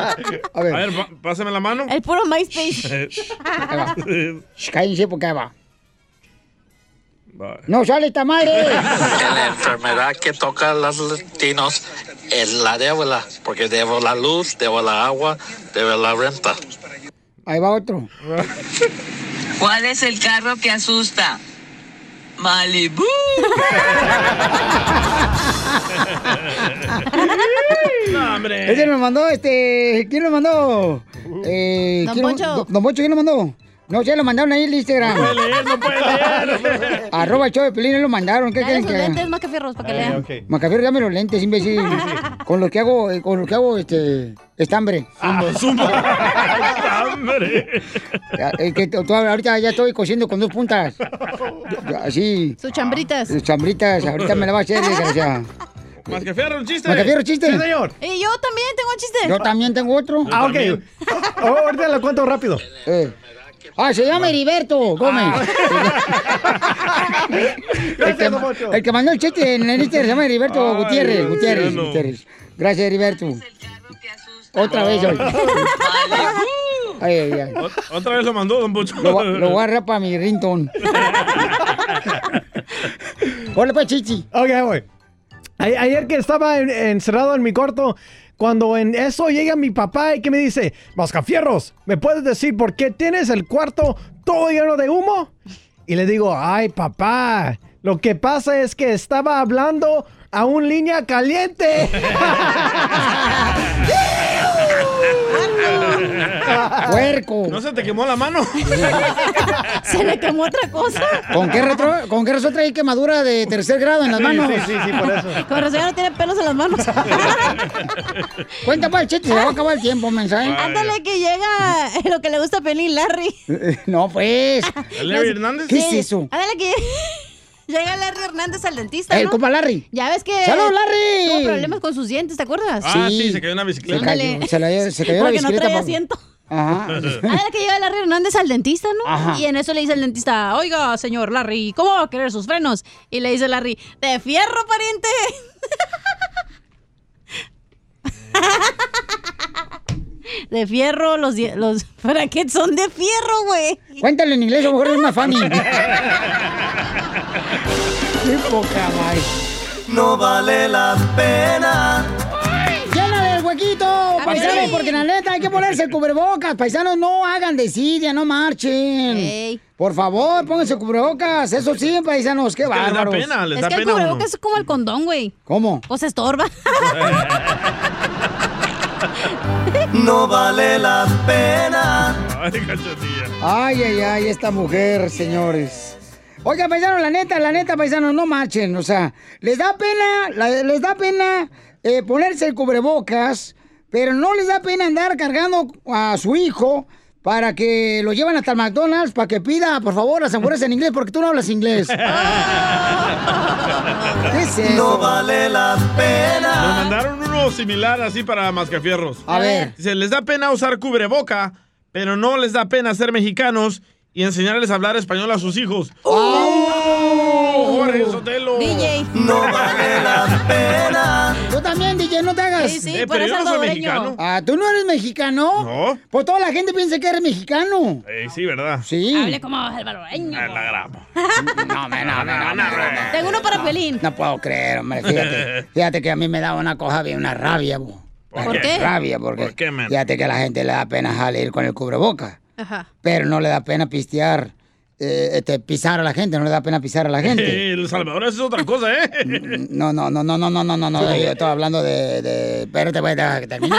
S4: A ver.
S6: A ver, pa- pásame la mano.
S5: El puro MySpace.
S4: Ahí va. Shh, Cállense porque ahí va. ¡No sale esta madre!
S24: La enfermedad que toca a los latinos es la deuda, porque debo la luz, debo la agua, debo la renta.
S4: Ahí va otro.
S2: ¿Cuál es el carro que asusta? Malibu.
S6: No, hombre.
S4: Ese nos mandó, este. ¿Quién lo mandó?
S6: Uh.
S4: Eh,
S6: Don
S4: ¿quién lo-
S6: Poncho.
S4: Don Poncho, ¿quién lo mandó? No, ya lo mandaron ahí en el Instagram.
S6: No puede leer, no puede leer.
S4: Arroba el show de Pelín, lo mandaron. ¿Qué
S5: Dale
S4: quieren
S5: sus
S4: que haga?
S5: lentes, Macafierros, para que
S4: Eh,
S5: lean.
S4: Macafierro, dame los lentes, imbécil. con lo que hago, eh, con lo que hago, este, estambre.
S6: Zumba, zumba. Hombre.
S4: Ya, es que to- to- ahorita ya estoy cosiendo con dos puntas. Ya, Así.
S5: Sus chambritas.
S4: Sus chambritas, ahorita me la va a hacer, desgraciada.
S6: Más que fierro, un chiste.
S4: Macafierro, chiste.
S5: Y yo también tengo un chiste.
S4: Ah. Yo también tengo otro.
S5: Yo Ah, ok. Oh, también.
S4: Ahorita lo cuento rápido. Ah, se llama Heriberto Gómez.
S5: Ah,
S4: el, que, el que mandó el chiste en el Instagram se llama Heriberto
S2: Ay,
S4: Gutiérrez.
S2: Dios
S4: Gutiérrez,
S2: mío.
S4: Gutiérrez. Gracias, Heriberto. Otra vez hoy. Ay, ay, ay.
S6: Ot- Otra vez lo mandó, don Pocho.
S4: Lo, va- lo voy a agarrar para mi ringtone. Hola, Pachichi.
S11: Ok, voy. pues, A- Ayer que estaba en- encerrado en mi cuarto, cuando en eso llega mi papá y que me dice, Mascafierros, ¿me puedes decir por qué tienes el cuarto todo lleno de humo? Y le digo, ay papá, lo que pasa es que estaba hablando a un línea caliente.
S4: Puerco.
S6: ¿No se te quemó la mano?
S5: Se le quemó otra cosa.
S4: ¿Con qué, retro, ¿Con qué razón traí quemadura de tercer grado en las
S5: Sí,
S4: manos?
S5: sí, sí, sí, por eso. Con razón ya no tiene pelos en las manos.
S4: Cuenta para el chiste, se va a acabar el tiempo, mensaje.
S5: Ándale que llega lo que le gusta a Pelín, Larry.
S4: No, pues.
S5: Las-
S4: ¿Qué
S5: Sí.
S4: es eso?
S5: Ándale que llega Larry Hernández al dentista,
S4: El
S5: ¿no?
S4: compa Larry.
S5: Ya ves que...
S4: ¡Salud, Larry!
S5: Tuvo problemas con sus dientes, ¿te acuerdas?
S6: Ah, sí, se cayó una
S4: Se
S6: bicicleta.
S4: cayó, se la- se cayó la
S5: Porque no
S4: bicicleta.
S5: traía
S4: pa-
S5: asiento.
S4: Ajá.
S5: Ándale que llega Larry Hernández al dentista, ¿no?
S4: Ajá.
S5: Y en eso le dice el dentista, oiga, señor Larry, ¿cómo va a querer sus frenos? Y le dice Larry, de fierro, pariente. de fierro, los, die- los brackets son de fierro, güey.
S4: Cuéntale en inglés, a lo mejor es más funny. Qué poca madre.
S9: No vale la pena.
S4: Llénale el huequito, paisanos,
S9: Piolín.
S4: porque la neta hay que ponerse el cubrebocas. Paisanos, no hagan desidia, no marchen. Por favor, pónganse cubrebocas. Eso sí, paisanos, qué
S6: da
S4: bárbaros.
S6: pena, les
S5: es que el
S4: cubrebocas
S5: cubrebocas es como el condón, güey.
S4: ¿Cómo?
S5: O se estorba.
S9: No vale la pena.
S6: Ay, cachetilla.
S4: Ay, ay, ay, esta mujer, señores. Oiga, paisanos, la neta, la neta, paisanos, no marchen. O sea, les da pena, la- les da pena eh, ponerse el cubrebocas, pero no les da pena andar cargando a su hijo para que lo lleven hasta el McDonald's para que pida, por favor, las hamburguesas en inglés, porque tú no hablas inglés.
S5: Ah,
S4: ¿Qué es eso?
S6: No vale la pena. Nos mandaron uno similar así para mascafierros.
S4: A ver.
S6: Dice, les da pena usar cubreboca, pero no les da pena ser mexicanos y enseñarles a hablar español a sus hijos.
S4: ¡Oh!
S6: Oh, Jorge Sotelo.
S5: DJ.
S6: No vale la pena.
S4: Tú también, DJ, no te hagas. hablas?
S5: Sí, sí, Eh, pero pero yo no soy salvadoreño. mexicano.
S4: Ah, ¿tú no eres mexicano? No. Pues toda la gente piensa que eres mexicano.
S6: Eh, sí, ¿verdad?
S4: Sí.
S5: Hable como salvadoreño.
S6: Ah, la gramo.
S4: No, me, no, me, no, me, no.
S5: Tengo uno para Piolín.
S4: No puedo creer, hombre, fíjate. Fíjate que a mí me daba una coja bien, una rabia, bo.
S5: ¿Por qué? qué?
S4: Rabia, porque
S5: ¿Por qué, man?
S4: fíjate que a la gente le da pena salir con el cubreboca,
S5: Ajá.
S4: pero no le da pena pistear, eh, este, pisar a la gente, no le da pena pisar a la gente.
S6: Eh, El Salvador es otra cosa, ¿eh?
S4: No, no, no, no, no, no, no, no, no, yo estoy hablando de, de... Espérate, voy a dejar que termine.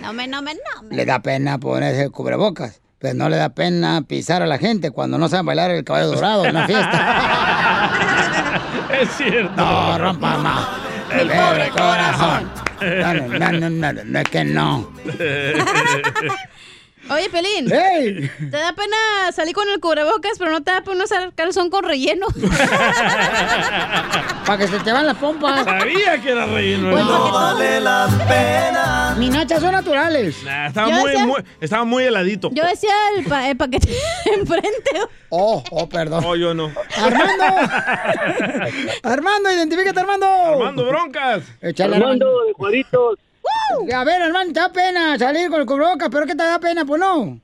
S5: No me, no me, no.
S4: le da pena ponerse el cubrebocas, pero no le da pena pisar a la gente cuando no saben bailar el caballo dorado en una fiesta.
S6: es cierto.
S4: No, rompa más.
S9: El pobre
S4: corazón. No, no, no, no, no, no, es que no.
S5: Oye, Pelín.
S4: ¡Ey!
S5: Te da pena salir con el cubrebocas, pero no te da pena usar calzón con relleno.
S4: Para que se te van las pompas.
S6: Sabía que era relleno.
S4: No vale la pena. Mis nachas son naturales.
S6: Nah, estaba,
S5: Yo
S6: muy,
S5: decía-
S6: muy- estaba muy heladito.
S5: Yo decía el, pa- el paquete enfrente.
S4: Oh, oh, perdón.
S6: Oh, yo no.
S4: Armando. Armando, identifícate, Armando.
S6: Armando, broncas.
S4: Armando de Juaritos. A ver, Armando, te da pena salir con el cubrebocas, pero ¿qué te da pena? Pues no.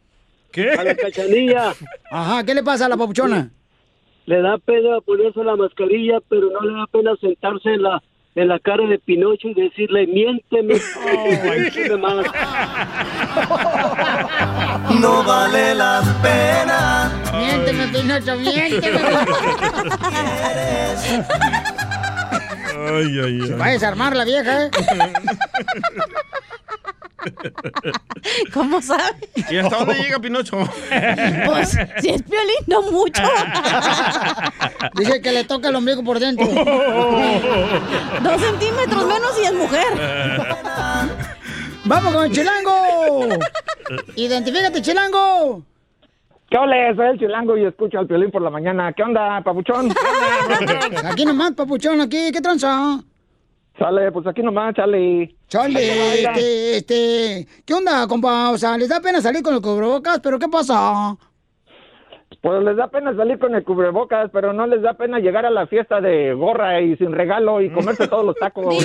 S6: ¿Qué?
S16: A la cachanilla.
S4: Ajá, ¿qué le pasa a la papuchona?
S16: Le da pena ponerse la mascarilla, pero no le da pena sentarse en la, en la cara de Pinocho y decirle, miénteme.
S6: Oh,
S16: Miénteme más.
S9: No vale la pena.
S4: Miénteme, Pinocho, miénteme.
S6: Ay, ay, ay.
S4: Va a desarmar la vieja, ¿eh?
S5: ¿Cómo sabe?
S6: ¿Y hasta dónde llega Pinocho?
S5: Pues, si es Piolín, no mucho.
S4: Dice que le toca el ombligo por dentro.
S5: Dos centímetros menos y es mujer.
S4: ¡Vamos con Chilango! ¡Identifícate, Chilango!
S8: ¿Qué ole? Soy el chilango y escucho al violín por la mañana. ¿Qué onda, papuchón?
S4: Aquí nomás, papuchón, aquí, ¿qué tranza?
S8: Sale, pues aquí nomás, chale.
S4: Chale, este, este, ¿qué onda, compa? O sea, les da pena salir con el cubrebocas, pero ¿qué pasa?
S8: Pues les da pena salir con el cubrebocas, pero no les da pena llegar a la fiesta de gorra y sin regalo y comerse todos los tacos.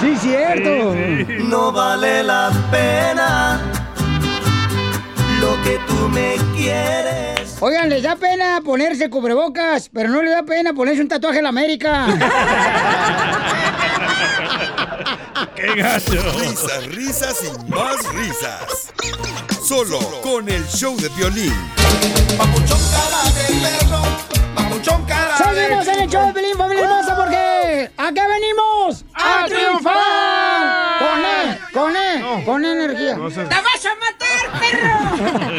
S4: Sí, cierto.
S9: No vale la pena lo que tú me quieres.
S4: Oigan, les da pena ponerse cubrebocas, pero no les da pena ponerse un tatuaje en la América.
S1: ¡Qué gacho! Risas, risas y más risas. Solo con el show de violín.
S4: Seguimos en el show de Pelín, familia hermosa, porque ¿a qué venimos?
S9: ¡A
S4: triunfar! Con él, con él, con E energía.
S9: vas a matar,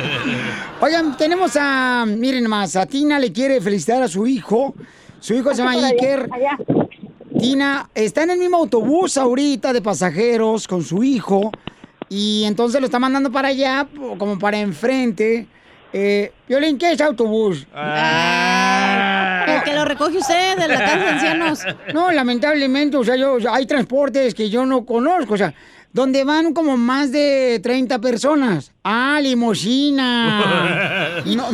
S4: Oigan, tenemos a, miren más, a Tina le quiere felicitar a su hijo. Su hijo se llama
S9: Pásate por
S4: Iker. Tina está en el mismo autobús ahorita de pasajeros con su hijo y entonces lo está mandando para allá, po- como para enfrente. Eh, Violín, ¿qué es autobús?
S5: El que lo recoge usted de la casa de ancianos.
S4: No, lamentablemente, o sea, yo, o sea, hay transportes que yo no conozco, o sea, donde van como más de 30 personas. Ah, limosina. Y no,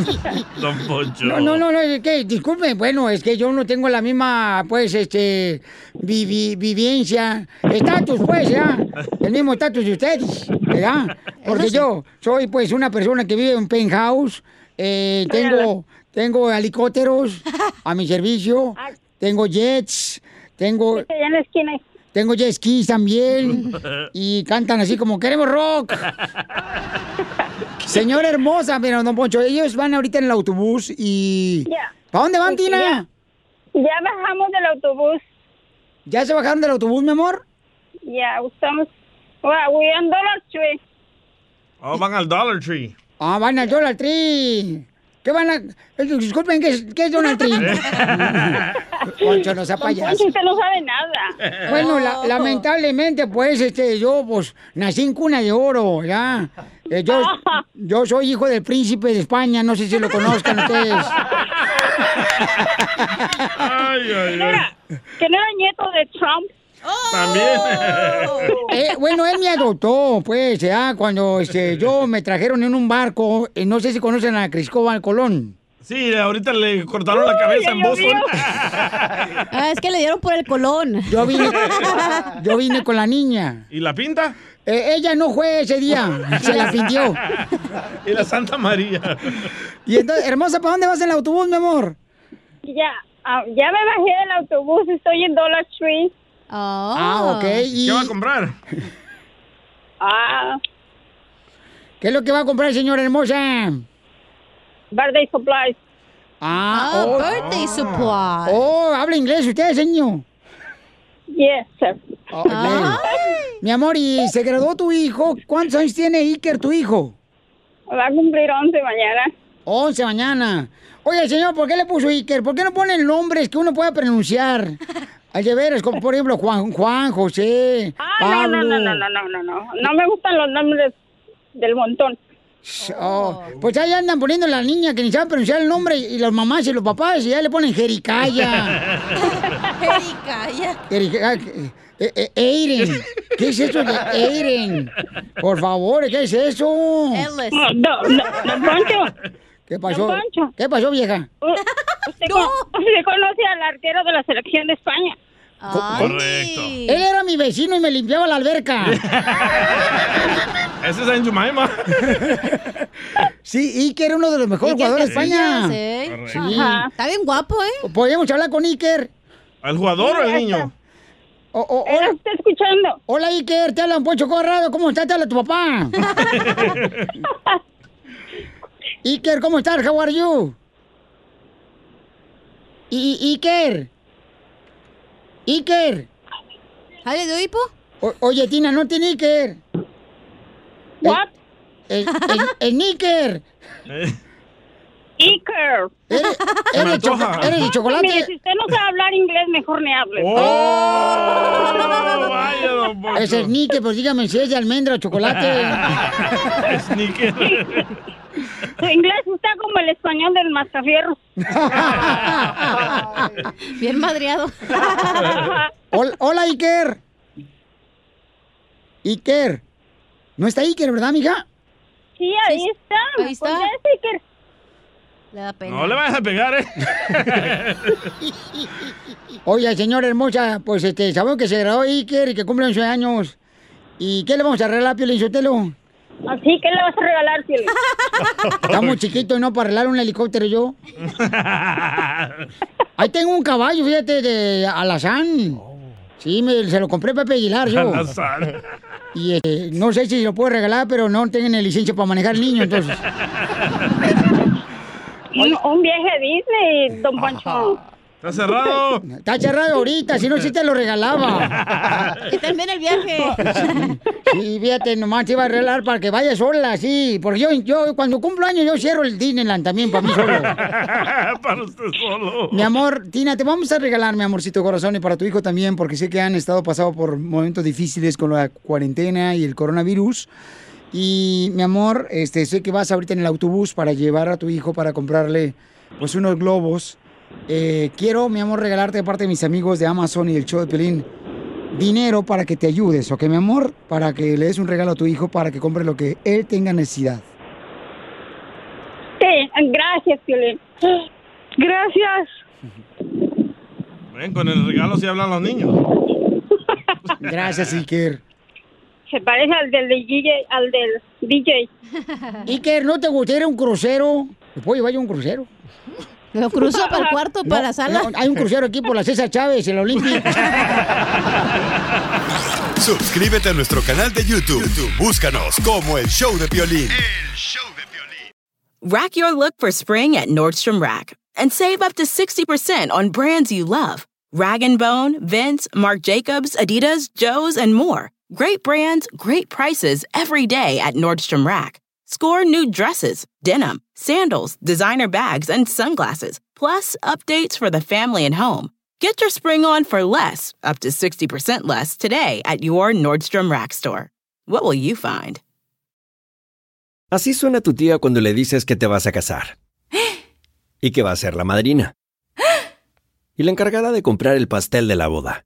S9: Don Poncho.
S4: No, no, no, no, es que, disculpe, bueno, es que yo no tengo la misma, pues, este, vi- vi- vivencia, estatus, pues, ya, el mismo estatus de ustedes, ¿verdad? Porque yo soy, pues, una persona que vive en penthouse, eh, tengo, tengo helicópteros a mi servicio, tengo jets, tengo... Tengo jet skis también y cantan así como queremos rock. Señora hermosa, mira, don Poncho, ellos van ahorita en el autobús y... ¿Para dónde van, Tina?
S13: Ya, bajamos del autobús.
S4: ¿Ya se bajaron del autobús, mi amor?
S13: Yeah, estamos. Wow, we on Dollar Tree.
S6: Oh, van al Dollar Tree.
S4: Ah, van al Dollar Tree. ¿Qué van a...? eh, Disculpen, ¿qué es, qué es Dollar Tree? Poncho, no sea
S13: Don Poncho,
S4: payaso.
S13: usted no sabe nada.
S4: Bueno, la- lamentablemente, pues, este, yo, pues, nací en cuna de oro, ¿ya? Eh, yo, yo soy hijo del príncipe de España, no sé si lo conozcan ustedes.
S6: Ay, ay, ay.
S13: Que no era nieto de Trump.
S6: También.
S4: Eh, bueno, él me adoptó, pues, ya, cuando este, yo me trajeron en un barco, eh, no sé si conocen a Cristóbal Colón.
S6: Sí, ahorita le cortaron la cabeza en Boston.
S5: Ah, es que le dieron por el colón.
S4: Yo vine, yo vine con la niña.
S6: ¿Y la pinta?
S4: Eh, ella no fue ese día, se la pintió.
S6: Y la Santa María.
S4: Y entonces, hermosa, ¿para dónde vas en el autobús, mi amor?
S13: Ya, ah, ya me bajé del autobús, estoy en Dollar Tree.
S4: Ah,
S5: Oh.
S4: ok. ¿y-
S6: ¿Qué va a comprar?
S13: Ah,
S4: ¿Qué es lo que va a comprar, señora hermosa?
S13: birthday supplies.
S4: Ah,
S13: Ah,
S4: oh,
S13: birthday supplies.
S4: Oh, habla inglés usted, señor. Oh,
S13: Yes, sir.
S4: Ok. Mi amor, ¿y se graduó tu hijo? ¿Cuántos años tiene Iker, tu hijo?
S13: Va a cumplir 11 mañana.
S4: 11 mañana. Oye, señor, ¿por qué le puso Iker? ¿Por qué no ponen nombres que uno pueda pronunciar? Al de veras, como por ejemplo Juan, Juan José,
S13: Ah,
S4: Pablo.
S13: no, no, no, no, no, no, no. No me gustan los nombres del montón.
S4: Oh, pues ahí andan poniendo la niña que ni sabe pronunciar el nombre y las mamás y los papás y ya le ponen Jericaya.
S5: Erika, ya.
S4: Jericaya, eh, eh, Eiren. ¿Qué es eso de Eiren? Por favor, ¿qué es eso?
S5: Ellis.
S13: No, no, no, don Poncho.
S4: ¿Qué pasó?
S13: Don Poncho.
S4: ¿Qué pasó, vieja?
S13: U- Usted, con- usted conoce al arquero de la selección de España.
S4: Ah.
S6: Correcto.
S4: Él era mi vecino y me limpiaba la alberca.
S6: Ese es en Jumaima.
S4: Sí, Iker era uno de los mejores
S5: Iker
S4: jugadores de España.
S5: Casillas, ¿eh?
S4: Sí.
S5: Ajá. Está bien guapo, ¿eh?
S4: Podríamos hablar con Iker.
S6: ¿Al jugador o al niño?
S4: O, o- hola.
S13: está escuchando.
S4: Hola, Iker. Te habla un Poncho Corrado. ¿Cómo estás? Te habla tu papá. Iker, ¿cómo estás? How are you? I- I- Iker. Iker.
S5: ¿Ale de hipo?
S4: O- oye, Tina, no tiene Iker. Eh,
S13: What?
S4: El, el, el Iker.
S13: Eh. Iker.
S4: Eres, eres de choco- eres de
S13: Mire,
S4: chocolate.
S13: si usted no sabe hablar inglés, mejor ni hable.
S6: Oh, vaya, don Poncho.
S4: Ese es Nike, pues dígame si es de almendra o chocolate.
S6: Sneaker.
S13: Su inglés está como el español del mascafierro.
S5: Bien madreado.
S4: Hol- Hola, Iker. Iker. No está Iker, ¿verdad, mija?
S13: Sí, ahí está.
S5: Ahí está.
S13: Conteste, Iker.
S5: Le da pena.
S6: No le vayas a pegar, ¿eh?
S4: Oye, señora hermosa, pues este, sabemos que se graduó Iker y que cumple 11 años. ¿Y qué le vamos a regalar, Piolín Sotelo?
S13: Así que le vas a regalar, Piolín.
S4: Está muy chiquito, ¿no? Para arreglar un helicóptero yo. Ahí tengo un caballo, fíjate, de Alazán. Sí, me- se lo compré a Pepe Aguilar yo.
S6: Al
S4: Y este, no sé si lo puedo regalar, pero no tienen licencia para manejar el niño, entonces.
S13: Un, un viaje a Disney, don Pancho.
S6: Está cerrado.
S4: Está cerrado ahorita, si no, sí te lo regalaba.
S5: Que termine el viaje.
S4: Sí, fíjate, nomás te iba a arreglar para que vayas sola, sí. Porque yo, yo cuando cumplo años, yo cierro el Disneyland también para mí solo.
S6: Para usted solo.
S4: Mi amor, Tina, te vamos a regalar, mi amorcito corazón, y para tu hijo también, porque sé que han estado pasado por momentos difíciles con la cuarentena y el coronavirus. Y mi amor, este, sé que vas ahorita en el autobús para llevar a tu hijo para comprarle pues unos globos. Eh, quiero, mi amor, regalarte de parte de mis amigos de Amazon y el show de Pelín dinero para que te ayudes, ¿ok, mi amor? Para que le des un regalo a tu hijo para que compre lo que él tenga necesidad.
S13: Sí, gracias, Piolín. Gracias.
S6: Ven, con el regalo sí hablan los niños.
S4: Gracias, Iker.
S13: Se parece al del DJ, al del DJ.
S4: Iker, ¿no te gustaría un crucero? ¿Me puedo llevar yo un crucero?
S5: Lo cruzo para el cuarto, para
S4: No,
S5: la sala.
S4: no, hay un crucero aquí por la César Chávez, el Olímpico.
S1: Suscríbete a nuestro canal de YouTube. YouTube, Búscanos como el show de violín.
S10: Rack your look for spring at Nordstrom Rack and save up to 60% on brands you love. Rag & Bone, Vince, Marc Jacobs, Adidas, Joe's, and more. Great brands, great prices every day at Nordstrom Rack. Score new dresses, denim, sandals, designer bags, and sunglasses, plus updates for the family and home. Get your spring on for less, up to 60% less today at your Nordstrom Rack store. What will you find?
S14: Así suena tu tía cuando le dices que te vas a casar. Y que va a ser la madrina. Y la encargada de comprar el pastel de la boda.